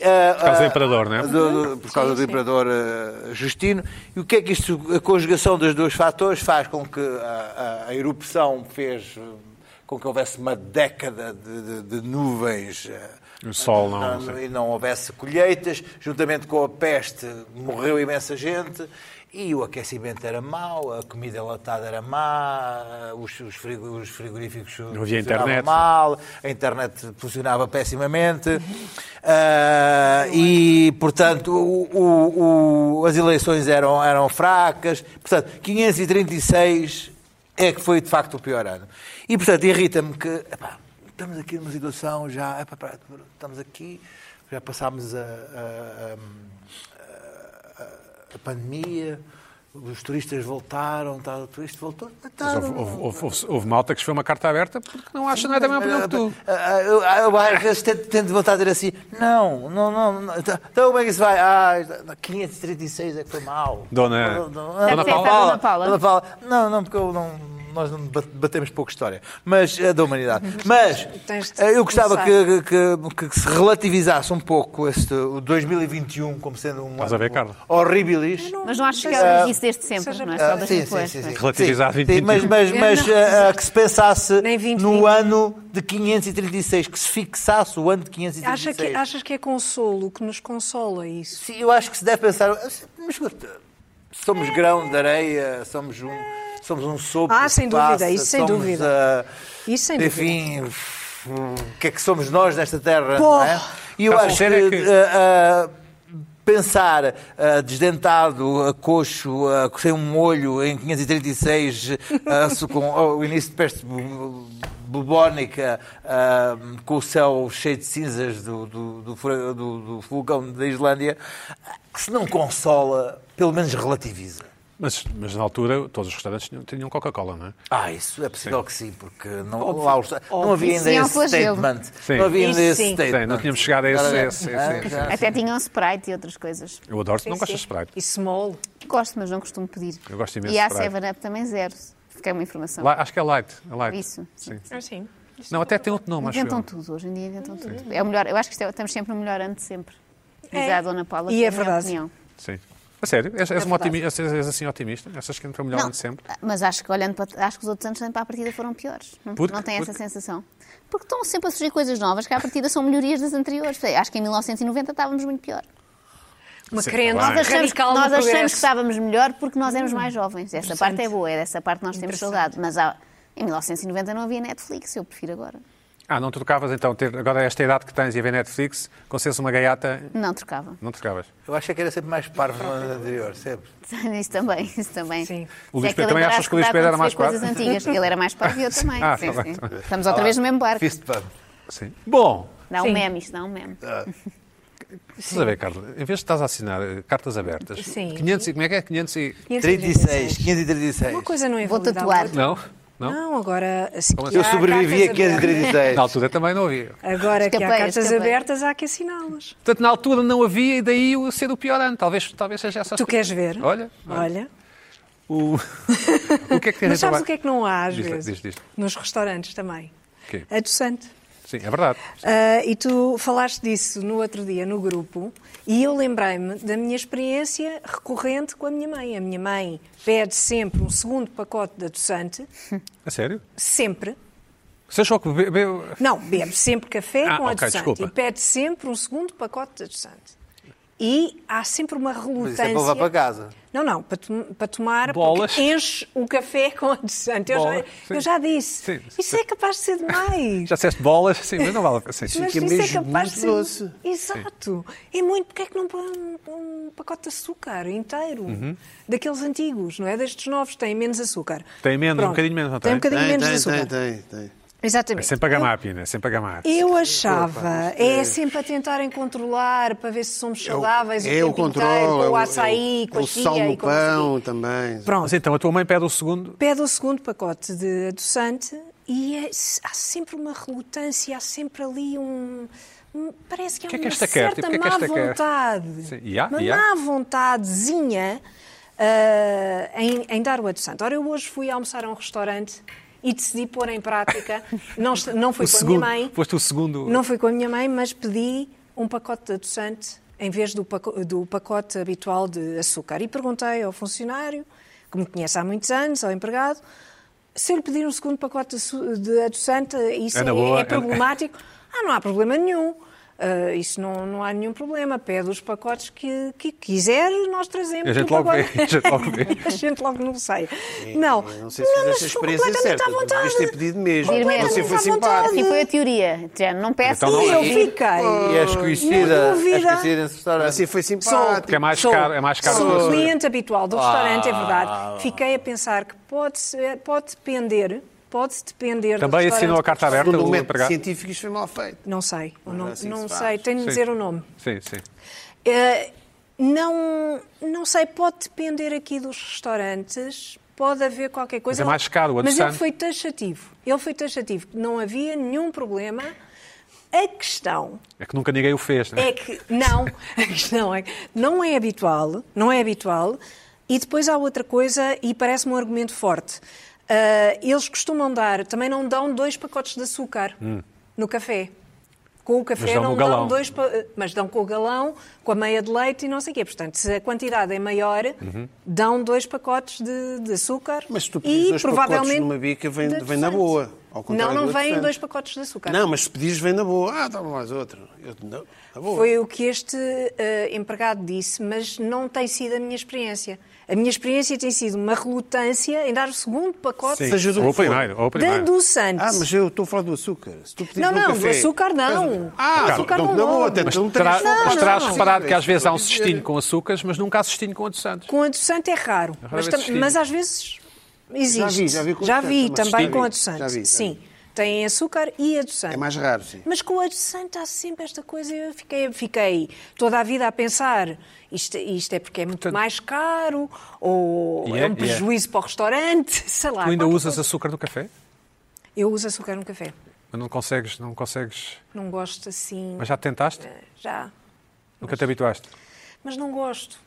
Ah,
Por causa do
ah,
imperador, não é?
do- do- por causa do imperador ah, Justino. E o que é que isto, a conjugação dos dois fatores faz com que a, a- a erupção fez ah, com que houvesse uma década de, de- de nuvens eh,
O sol não,
na-
não sei.
e não houvesse colheitas, juntamente com a peste morreu imensa gente e o aquecimento era mau, a comida enlatada era má, os, os frigo- os frigoríficos
Não havia
funcionavam
internet.
mal, a internet funcionava pessimamente Ah, e, portanto, o- o- o- as eleições eram, eram fracas. Portanto, 536 é que foi, de facto, o pior ano. E, portanto, irrita-me que epá, estamos aqui numa situação já... epá, pá, estamos aqui, já passámos a- a- a a pandemia, os turistas voltaram, tal, o turista voltou.
Mas
Voltaram,
houve, houve- houve- houve- houve malta que se foi uma carta aberta porque não acha nada a mesma opinião que tu.
Ah, ah, Eu, ah, eu às vezes tento, tento voltar a dizer assim: não, não, não. não, tá- Então como é que isso vai? Ah, 536 é que foi mal.
Dona-
Não, não,
Dona Deve ser Paula?
essa a Dona Paula.
Dona Paula. Não, não, porque eu não- Nós não bat- batemos pouca história, mas é da humanidade. Mas
Tens de
ah, eu gostava
começar.
que, que- que se relativizasse um pouco este, o 2021 como sendo um
Estás a ver, Carla?
horribilis.
Mas não achas que
Seja-
ela diz isso desde sempre,
seja-
não é?
Ah,
Só das depois. pois.
Relativizar
Sim,
20,
sim, mas mas,
Não,
mas
não,
ah,
exato.
que se pensasse
Nem um. 20,
no
20.
ano de 536, que se fixasse o ano de 536.
Acha que, achas que é consolo, que nos consola isso?
Sim, eu acho que se deve pensar. ah, Mas, escuta, somos grão de areia, somos um, somos um sopro.
Ah, sem
que
dúvida,
passa,
isso sem
somos,
dúvida.
ah,
Isso sem dúvida.
enfim, o que é que somos nós nesta terra?
Pô.
Não é? E eu
Tá
acho que,
sincero é que-
ah, ah, pensar ah, desdentado, ah, coxo, ah, sem um olho, em 536, ah, se com ah, o início de peste bu- bubónica, ah, com o céu cheio de cinzas do, do, do fura- do- do vulcão da Islândia, que se não consola, pelo menos relativiza.
Mas, mas na altura todos os restaurantes tinham, tinham Coca-Cola, não é?
Ah, isso é possível que sim, porque não, lá os- não havia ainda
Sim, é um
esse
flagelo.
statement.
Sim.
Não havia ainda
Isso
esse
sim.
statement.
Sim, É, não tínhamos chegado a esse-
Agora,
esse-
ah,
esse-
já.
Até tinham Sprite e outras coisas.
Eu adoro, não gosto de Sprite.
E small.
Gosto, mas não costumo pedir.
Eu gosto imenso
E
de
a
Sprite.
7-Up também zero. Fiquei uma informação.
Lá- acho que é light. É light.
Isso, Ah, sim.
Sim.
Assim.
Não, até tem outro nome, acho
Inventam
eu.
tudo, hoje em dia inventam tudo. É o melhor, eu acho que isto é- estamos sempre no melhor ano de sempre. Diz
É.
a Dona Paula.
E
que
é
a minha
verdade.
opinião.
Sim. A sério? És, és,
É
uma
verdade.
otimi- és- és assim otimista? Achas que foi melhor ano de sempre?
Mas acho que olhando para, acho que os outros anos também para a partida foram piores. Não,
Porque-
não tem essa
porque-
sensação. Porque estão sempre a surgir coisas novas que à partida são melhorias das anteriores. Acho que em 1990 estávamos muito pior.
Uma
Sim,
crente
claro.
Nós achamos,
radical
nós
no
achamos que
progresso.
estávamos melhor porque nós éramos mais jovens. Essa parte é boa, é dessa parte que nós temos saudade. Mas há- em 1990 não havia Netflix, eu prefiro agora.
Ah, não trocavas então? Ter, agora, esta idade que tens e a ver Netflix, com seres uma gaiata,
Não trocava.
não trocavas?
Eu acho que era sempre mais parvo no ano anterior, sempre.
Isso também, isso também.
Sim.
O
Se
Luís
é
Pedro
ele
também achas que o Luís
dá
Pedro era mais
acontecer coisas
quatro?
antigas. Ele era mais parvo e eu também.
Ah,
sim,
tá bem,
sim.
tá bem.
Estamos outra vez no mesmo barco.
Fist bump.
Sim. Bom,
Dá
Sim.
um meme, isto dá um meme.
estás a ver, Carla, em vez de estás a assinar eh, cartas abertas,
Sim.
500 e, como é que é? 500 e...
36, 536.
Uma coisa não é
Vou
valida à
tatuar.
outra.
Não? Não?
Não, agora. assim
Como
que
assim?
Eu
há
sobrevivi a
cartas abertas-
536.
Na altura também não havia.
Agora que há
Escapei,
cartas
escapei.
abertas, há que assiná-las.
Portanto, na altura não havia e daí o ser o pior ano. Talvez, talvez seja essa a
Tu
explicação.
queres ver?
Olha, olha.
Olha.
O... o que é que tem a
Mas sabes
trabalho?
o que é que não há às
Diz lá,
vezes?
diz, diz.
Nos restaurantes também.
Quê?
Adoçante.
Sim, é verdade.
Ah, e tu falaste disso no outro dia no grupo e eu lembrei-me da minha experiência recorrente com a minha mãe. A minha mãe pede sempre um segundo pacote de adoçante,
A sério?
sempre.
Você achou que bebeu...
Não, bebe sempre café
Ah,
com
ok,
adoçante
desculpa.
e pede sempre um segundo pacote de adoçante. E há sempre uma
Mas
relutância.
isso é para levar para casa.
Não, não, para, tom- para tomar,
Bolas.
porque enche o café com adoçante. Eu,
Bolas,
já,
sim.
eu já disse.
Sim,
Isso é capaz de ser demais.
Já disseste bolas? Sim, mas não vale a pena. Sim, sim.
Mas
Fica
isso é
mesmo
capaz de ser.
muito doce.
Exato. É muito. Porquê é que não põe um, um pacote de açúcar inteiro? Daqueles antigos, não é? Destes novos têm menos açúcar.
Tem menos, um
Pronto.
bocadinho menos, não
Tem um
tem?
bocadinho menos de açúcar.
tem, tem, tem.
É
Exatamente.
sempre a gamar, Pina, é sempre a gamar.
Eu achava, é sempre a tentarem controlar para ver se somos saudáveis
É
o
o
tempo inteiro,
controle,
com o
é
açaí,
é
com a
o sal
chia
no
e com não sei o quê.
pão também.
Pronto.
Mas então, a tua mãe pede o segundo...
pede o segundo pacote de adoçante e é- há sempre uma relutância, há sempre ali um. um- parece que
O
há
que é que
uma
esta quer?
certa
Tipo, o que é que
má
esta quer?
vontade.
Sim, e há-
uma
e há?
má vontadezinha ah, em, em dar o adoçante. Ora, eu hoje fui almoçar a um restaurante e decidi pôr em prática. Não, est- não fui
O
com
segundo,
a minha mãe.
Foste o segundo...
Não fui com a minha mãe, mas pedi um pacote de adoçante em vez do, paco- do pacote habitual de açúcar. E perguntei ao funcionário, que me conhece há muitos anos, ao empregado, se eu lhe pedir um segundo pacote de, su- de adoçante, isso
É
é,
na boa,
é
é-
problemático? Ah, não há problema nenhum. Ah, isso não, não há nenhum problema. Pede os pacotes que, que quiser, nós trazemos.
A gente
o
logo
pacote.
vê, a gente logo vê.
a gente logo não sai. Não,
É, Eu Não sei se fizeste a
mas estou
experiência
completamente
certa.
à
Devias ter
vontade.
pedido mesmo.
Ir mesmo.
Você foi
Completamente à vontade.
simpático.
Assim foi a teoria. Já não peço
Então não
E
e
eu fiquei.
E és conhecida,
Não
és
duvida.
conhecida nesse restaurante.
Você Assim, foi simpático.
Porque é mais caro, é mais caro que o
Sou
açúcar.
cliente habitual do restaurante, é verdade. Fiquei a pensar que pode, ser- pode depender, pode depender do
Também assinou a
restaurante.
carta aberta
Segundo o
do
método
empregado.
científico, isto foi mal feito.
Não sei, o nome-
é assim que
não
se
sei,
faz.
tenho de
Sim.
dizer o nome.
Sim, sim.
Eh, não, não sei, pode depender aqui dos restaurantes, pode haver qualquer coisa.
Mas é mais caro, o
Mas ele
adoçante.
foi taxativo, ele foi taxativo, não havia nenhum problema. A questão
É que nunca ninguém o fez, né?
é que não, a questão é que não é habitual, não é habitual. E depois há outra coisa e parece-me um argumento forte. Ah, eles costumam dar, também não dão dois pacotes de açúcar no café. Com o
Hum. Mas
café
dão no
não
galão.
dão dois, pa- mas dão com o galão, com a meia de leite e não sei o quê. Portanto, se a quantidade é maior,
Uhum.
dão dois pacotes de, de açúcar
Mas se tu pedires
e
dois pacotes
provavelmente
numa bica, vem,
de
vem na
adoçante.
boa. Ao
Não,
contrário
não
do
vêm
adoçante.
dois pacotes de açúcar.
Não, mas se pedires, vem na boa. Ah, dá-me mais outro. Eu, não, na boa.
Foi o que este eh, empregado disse, mas não tem sido a minha experiência. A minha experiência tem sido uma relutância em dar o segundo pacote
Sim.
de
seja do
Ou o
que for.
primeiro, ou o primeiro.
adoçante.
Ah, mas eu estou a falar do açúcar. Se tu pedires
Não,
um
não,
café-
do açúcar não.
Ah, açúcar
Do açúcar
não.
não
Na boa,
dou.
até
Mas,
um
terá-
três-
Não,
mas
não,
terás
não.
reparado que às vezes há um
Estou a dizer.
cestinho com açúcares, mas nunca há cestinho com adoçantes.
Com adoçante é raro, mas,
vez
tam-
assisti.
mas às vezes existe.
Já vi, já vi com adoçante,
vi
mas
também
sim.
com
Já vi, já vi.
adoçante. Sim, tem açúcar e adoçante.
É mais raro, sim.
Mas com o adjacente há sempre esta coisa. Eu fiquei, fiquei toda a vida a pensar isto, isto é porque é muito mais caro ou
E é-
é
e
um
é.
prejuízo para o restaurante, sei lá.
Tu ainda
qualquer
usas
coisa.
açúcar no café?
Eu uso açúcar no café.
Mas não consegues, não consegues.
Não gosto assim.
Mas já tentaste?
É,
Já.
Nunca te habituaste?
Mas não gosto.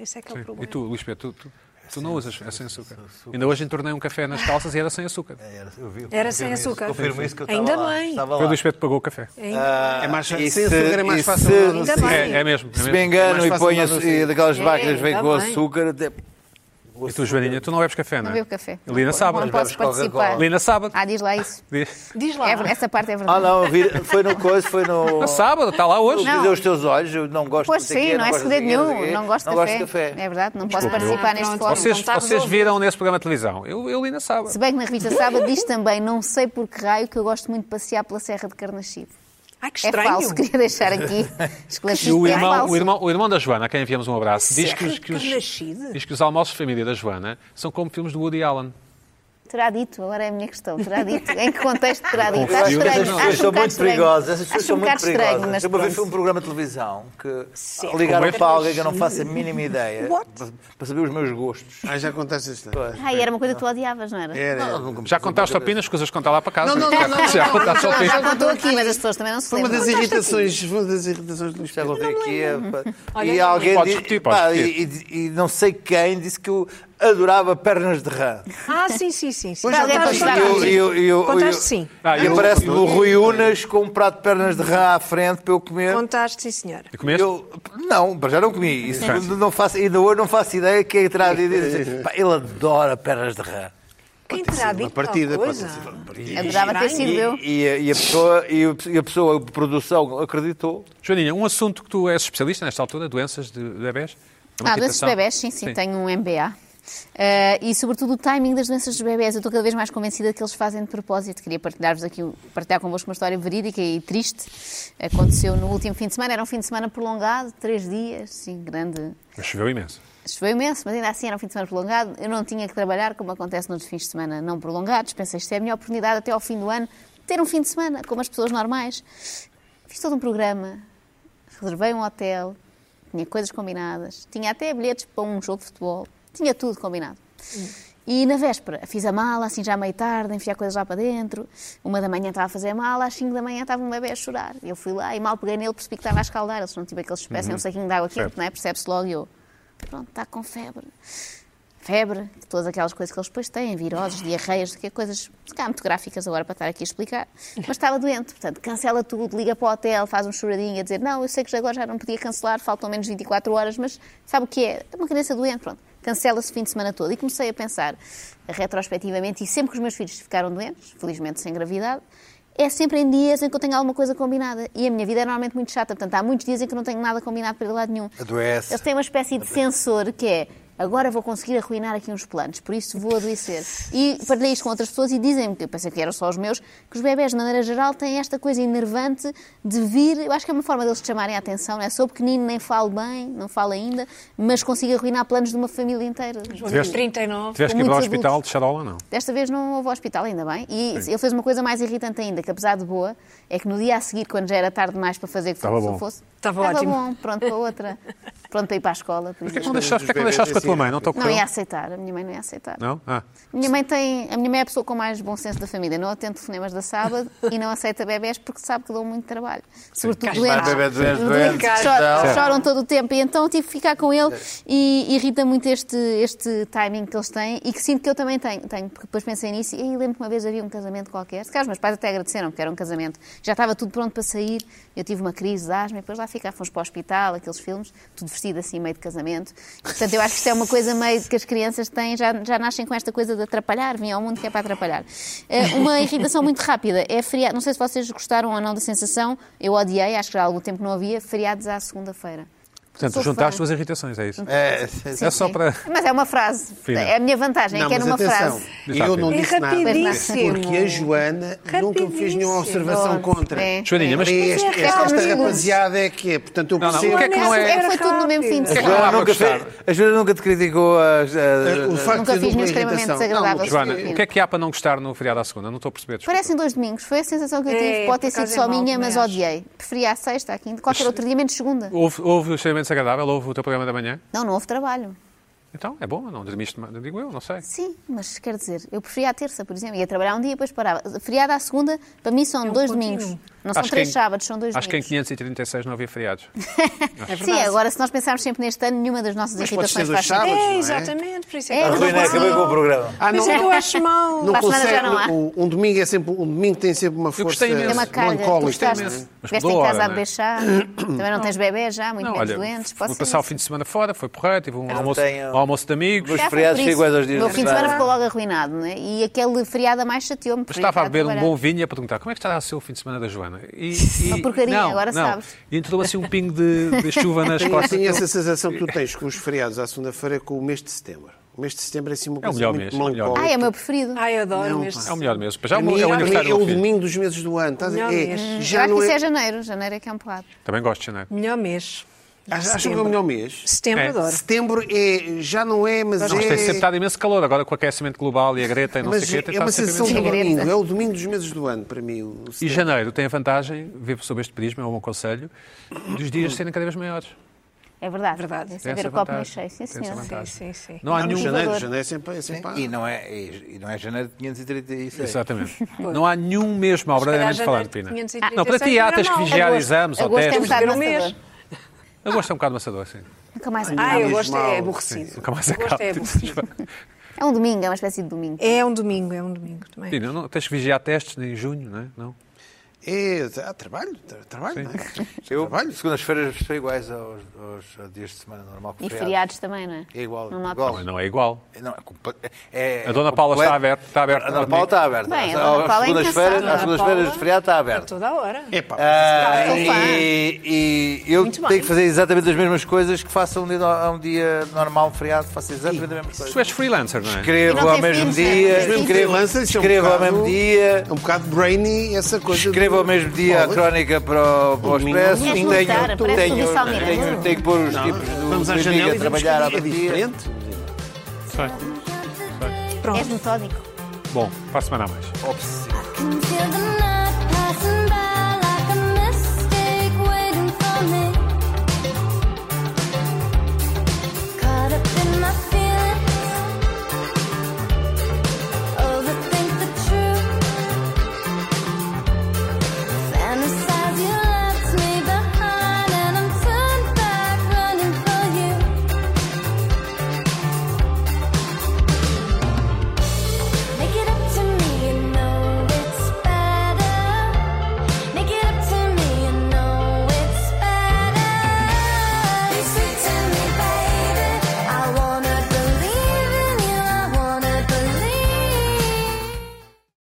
Esse é que é o
Sim.
problema.
E tu, Luís Pedro, tu, tu, tu não usas, é sem açúcar. Ainda hoje entornei um café nas calças e era sem açúcar.
Era, eu vi,
Era sem
confirmo isso,
açúcar.
Confirmo isso que eu
Ainda
estava lá,
bem.
estava
Foi é o
lá. Ah,
Luís Pedro que pagou o café.
Ainda-
É mais
e
raro. Sem
se-
açúcar é mais
e
fácil.
se-
não
Ainda
sei.
bem.
É, é mesmo. É
Se me
mesmo.
engano
Mais
e
fácil
ponho
nós assim.
assim, daquelas
É,
máquinas que vêm
tá
com
bem.
açúcar, até-
E tu, Joaninha, tu não bebes café, não
Não
é?
bebo café.
E Lina sabe.
Não posso participar.
Coca-Cola.
Lina sabe.
Ah, diz lá isso.
Diz.
Diz lá.
É ver- essa parte é
Ah,
verdade.
não, vi- foi no coisa, foi no.
No É sábado, está lá hoje.
Não. os teus olhos, eu não gosto
Pois
de café,
sim, não é
gosto de
segredo
café,
nenhum. Não gosto de café. É verdade, não posso participar neste
Pronto.
fórum.
Vocês,
Então tá
vocês
resolvido.
viram nesse programa de televisão. Eu, eu Lina sabe.
Se bem que na revista Sábado diz também, não sei por que raio, que eu gosto muito de passear pela Serra de Carnachive.
Ai, que
É
estranho.
falso, queria deixar aqui esclarecido.
E o
que é
irmão,
falso.
o, irmão, o irmão da Joana, a quem enviamos um abraço, diz que,
Serra
os,
de
que os-
Carnaxide?
diz que os almoços de família da Joana são como filmes do Woody Allen.
Terá dito, agora é a minha questão. Terá dito, em que contexto terá dito?
Eu
Acho
acho que
estranho.
essas
acho um
pessoas são
bocado
muito
estranho.
perigosas. Essas pessoas
Acho
são
um
muito
bocado estranho,
perigosas.
mas
Eu uma
pronto.
vez fui a um programa de televisão que
Certo.
ligaram
Como é?
para alguém que eu não faço a mínima ideia
What?
para- para saber os meus gostos.
Ah, já contaste esta história.
Ah, e era uma coisa que tu odiavas, não era?
Era. era.
Já contaste ao Pina as coisas que conta lá para casa?
Não, não, não, não, não,
Já contaste ao
Já
Pina.
contou aqui, mas as pessoas também não se
Foi uma
lembram.
das irritações, foi uma das irritações do Luís
Já
Pedro.
vou ver é aqui. pá.
Olha,
E alguém
Podes
di-
repetir, podes
pá,
repetir.
E, e- e não sei quem disse que eu adorava pernas de rã.
Ah, sim, sim, sim. sim.
Pois alguém
Contaste-
pode
E eu- e eu-
Contaste
eu-
sim.
Ah,
e
eu-
aparece-me o Rui Unas com um prato de pernas de rã à frente para eu comer.
Contaste sim, senhora.
E comeste?
Eu, não, para já não comi. Isso, não faço, ainda hoje não faço ideia quem é que terá de dizer. Pá, ele adora pernas de rã.
Quem terá dito
Uma
tal
partida. pode
coisa?
ter sido uma partida.
Adorava ter sido
E,
eu.
e a, e a pessoa, e a- e a pessoa, a produção acreditou.
Joaninha, um assunto que tu és especialista nesta altura, doenças de bebés? É
Ah, doenças dos bebés, sim, sim, tenho um MBA. Eh, e sobretudo o timing das doenças dos bebés. Eu estou cada vez mais convencida que eles fazem de propósito. Queria partilhar-vos aqui, partilhar convosco uma história verídica e triste. Aconteceu no último fim de semana, era um fim de semana prolongado, três dias, sim, grande.
Mas choveu imenso.
Choveu imenso, mas ainda assim era um fim de semana prolongado. Eu não tinha que trabalhar, como acontece nos fins de semana não prolongados. Pensei, isto é a minha oportunidade até ao fim do ano, ter um fim de semana, como as pessoas normais. Fiz todo um programa, reservei um hotel, tinha coisas combinadas, tinha até bilhetes para um jogo de futebol, tinha tudo combinado. E na véspera fiz a mala, assim já meio tarde, enfiar coisas lá para dentro. Uma da manhã estava a fazer a mala, às cinco da manhã estava um bebê a chorar. Eu fui lá e mal peguei nele, percebi que estava a escaldar. Eles não tipo aqueles que parecem um saquinho de água quente,
Certo.
não é? Percebe-se logo e eu, pronto, está com febre. Febre, todas aquelas coisas que eles depois têm, viroses, diarreias, que é coisas se calhar muito gráficas agora para estar aqui a explicar. Mas estava doente, portanto, cancela tudo, liga para o hotel, faz um choradinho a dizer: Não, eu sei que já agora já não podia cancelar, faltam menos 24 horas, mas sabe o que é? É uma criança doente, pronto. cancela-se o fim de semana todo. E comecei a pensar retrospectivamente, e sempre que os meus filhos ficaram doentes, felizmente sem gravidade, é sempre em dias em que eu tenho alguma coisa combinada. E a minha vida é normalmente muito chata, portanto, há muitos dias em que eu não tenho nada combinado para lado nenhum.
Adoece.
Eles têm uma espécie de sensor que é. Agora vou conseguir arruinar aqui uns planos, por isso vou adoecer. E partilhei isto com outras pessoas e dizem-me, que eu pensei que eram só os meus, que os bebés, de maneira geral, têm esta coisa enervante de vir. Eu acho que é uma forma deles te chamarem a atenção, não é? Sou pequenino, nem falo bem, não falo ainda, mas consigo arruinar planos de uma família inteira.
Tiveste-
39.
Tiveste que ir para o
muitos
hospital de charola, não?
Desta vez não houve ao hospital, ainda bem. E ele fez uma coisa mais irritante ainda, que apesar de boa, é que no dia a seguir, quando já era tarde demais para fazer o que
Estava
fosse,
bom.
fosse,
Estava ótimo.
bom, pronto para outra, pronto para ir para a escola, por
Porquê que
exemplo.
não deixaste, porquê que não
bebês
deixaste com a
assim,
tua mãe? Não estou com
Não é. ia aceitar, a minha mãe não ia aceitar.
Não? Ah.
Minha mãe tem, a minha mãe é a pessoa com mais bom senso da família, não atende telefonemas da sábado e não aceita bebés porque sabe que dão muito trabalho, sobretudo
Cá
doentes.
está.
Bebé doente,
Doentes
doente.
que
Cá
choram, choram todo o tempo e então eu tive que ficar com ele e irrita muito este, este timing que eles têm e que sinto que eu também tenho, tenho porque depois pensei nisso e aí lembro que uma vez havia um casamento qualquer, se calhar os meus pais até agradeceram porque era um casamento, já estava tudo pronto para sair, eu tive uma crise de asma e depois lá ficar, fomos para o hospital, aqueles filmes, tudo vestido assim meio de casamento, portanto eu acho que isto é uma coisa meio que as crianças têm, já, já nascem com esta coisa de atrapalhar, vim ao mundo que é para atrapalhar. Eh, Uma irritação muito rápida, é feriado, não sei se vocês gostaram ou não da sensação, eu odiei, acho que já há algum tempo não havia, feriados à segunda-feira.
Portanto,
Sou
juntar as
fã.
tuas irritações, é isso?
É,
É só para.
Mas é uma frase.
Fina.
É a minha vantagem, é que é numa frase.
eu não
É
disse nada.
rapidíssimo.
Porque a Joana nunca me fez nenhuma
Rapidíssimo.
observação contra.
É.
Joaninha, mas-
Este- este-
É como
esta
se-
rapaziada é que é. Portanto, eu
Não, não, o
percebo.
que é que não é?
Era
Foi tudo no mesmo fim de
que é que
semana.
não há para
Nunca fez- Eh,
gostar?
a Joana nunca te criticou as. as-
O facto de
Nunca fiz
dupla
nenhum extremamente
irritação.
desagradável.
Não,
Joana,
Sim.
o que é que há para não gostar no feriado à segunda? Não estou a perceber. desculpa.
Parecem dois domingos, foi a sensação que eu tive.
É,
Pode ter
por
sido
acaso é
só
mau,
minha, mas
também acho.
odiei. Preferi à sexta, à quinta, qualquer outro dia, menos segunda.
Houve, houve extremamente desagradável? Houve o teu programa da manhã?
Não, não houve trabalho.
Então, é bom, não dormiste, mal, digo eu, não sei.
Sim, mas quer dizer, eu preferi à terça, por exemplo. Ia trabalhar um dia e depois parava. Feriado à segunda, para mim são dois
É um contínuo.
domingos. Não são
Acho que
três
em-
sábados, são dois
Acho que é em
domingos.
536 não havia feriados.
É
Sim, agora se nós pensarmos sempre neste ano, nenhuma das nossas
Mas pode ser
irritações
dois
faz sentido.
sábados, não
É,
é?
exatamente. Por isso é
É,
que eu
Rui
né,
não
Neto,
gosto.
acabei com o programa.
Ah,
Por isso é que eu acho mal.
Não
Para a semana já
consegue,
não há.
um, um domingo é sempre, um domingo tem sempre uma força
gostei imenso.
É uma carga. Tu
melancólica,
gostaste,
não é?
Mas
estiveste em
mudou a
casa
hora,
a
não é?
beixar, também não tens bebê já, muito
Não,
menos
olha,
doentes.
vou
Pode ser
passar o
isso.
fim de semana fora, foi porreiro, tive um almoço,
tenho-
um almoço de amigos.
Os
Já foi
feriados
por
são
isso.
iguais aos dias
Meu
de
fim de semana
trabalho.
ficou logo arruinado, né? E aquele feriado a mais chateou-me.
Mas
porque
estava a
ia
beber um
trabalhar.
bom vinho e a perguntar como é que está a ser o fim de semana da Joana. E, e-
Uma porcaria,
não,
agora
não.
sabes.
E entrou assim um pingo de, de chuva nas
Tenho,
costas.
tenho essa sensação que tu tens com os feriados à segunda-feira com o mês de setembro. O mês de setembro é assim uma coisa
melhor
muito
mês, é o melhor
melancólica.
Ai, é o meu preferido.
Ai, eu adoro mesmo.
É o melhor mesmo. Para Já
Para
o meu-
mim,
é o
para mim,
aniversário
é
do
o
meu filho.
domingo dos meses do ano. Estás a
Melhor
dizer?
mês.
É,
Eu
já
acho que
não
isso
é.
é janeiro. Janeiro é que é um pelado.
Também gosto é? de janeiro.
Melhor mês.
Acho acho que é
Setembro.
o melhor mês.
Setembro
É.
adoro.
Setembro é, já não é, mas
Não, mas tem sempre
é.
estado imenso calor agora com o aquecimento global e a greta e não
Mas
sei o quê.
é
tem
uma
estado sempre
sensação de
imenso
imenso calor.
domingo. É o domingo dos meses do ano, para mim. o
E
setembro.
é
janeiro tem a vantagem, vivo sob este prisma, é um bom conselho, dos dias serem cada vez maiores.
É verdade.
Verdade.
É
Tem
saber
essa
o copo
vantagem.
meio cheio. Sim,
Tem essa
senhor.
vantagem.
Sim, sim, sim.
Não há nenhum.
Janeiro,
Salvador.
janeiro é sempre, é sempre
E não é, e, e não é janeiro de 536.
Exatamente. Não há nenhum mês mal, verdadeiramente
calhar
falando,
janeiro
Pina. Ah,
de 536
Não, para ti há,
era
tens que
mau.
vigiar
Agosto-
exames ou
agosto é um
testes.
bocado
Era um mês.
maçador.
Agosto é um bocado maçador, sim.
Nunca mais
Ah, eu
Mesmo
gosto, é
mal.
aborrecido.
Nunca mais
Eu gosto,
acaba.
é aborrecido.
É um domingo, é uma espécie de domingo.
É um domingo, é um domingo também.
Pina, não, tens que vigiar testes em junho, não é? Não.
É, há trabalho, tra- trabalho, não é?
Eu, segundas-feiras são iguais aos, aos- aos dias de semana normal. com
E feriados também, não é?
É igual.
Não noto.
igual.
Não é igual.
Não, é comple- é- é
A Dona Paula
completo.
está aberta- está aberta
A Dona
ao
Paula
domingo.
está aberta.
Bem, a
Às-
Dona
às
Paula é
segundas-feiras,
incansável.
às segundas-feiras de feriado está aberta.
Toda a hora.
É pá,
Ah,
Sou fã.
e, e eu
Muito
tenho
bem.
que fazer exatamente as mesmas coisas que faço a um dia, a um dia normal, um feriado, faço exatamente as mesmas
Tu
coisas.
és freelancer, não é?
E
Escrevo
não
ao
tem
mesmo
filhos,
dia,
não é? Mas mesmo
escrevo,
freelancer, isso é um
escrevo ao
bocado-
mesmo dia,
é um bocado brainy essa coisa.
escrevo
do-
ao mesmo dia a
Bolas.
crónica para o, para o
domingo
Expresso,
não
tenho,
é mudar,
tenho,
parece o Missal
tenho,
Miranda.
tenho que pôr os tipos do
Vamos à
do
janela
Amiga
e vemos
a
que
trabalhar ao
é
mesmo dia.
diferente.
És metódico.
Bom, para a semana a mais.
Can feel the night passing by like a mistake waiting for me. Caught up in my feelings, overthink the truth, fantasize you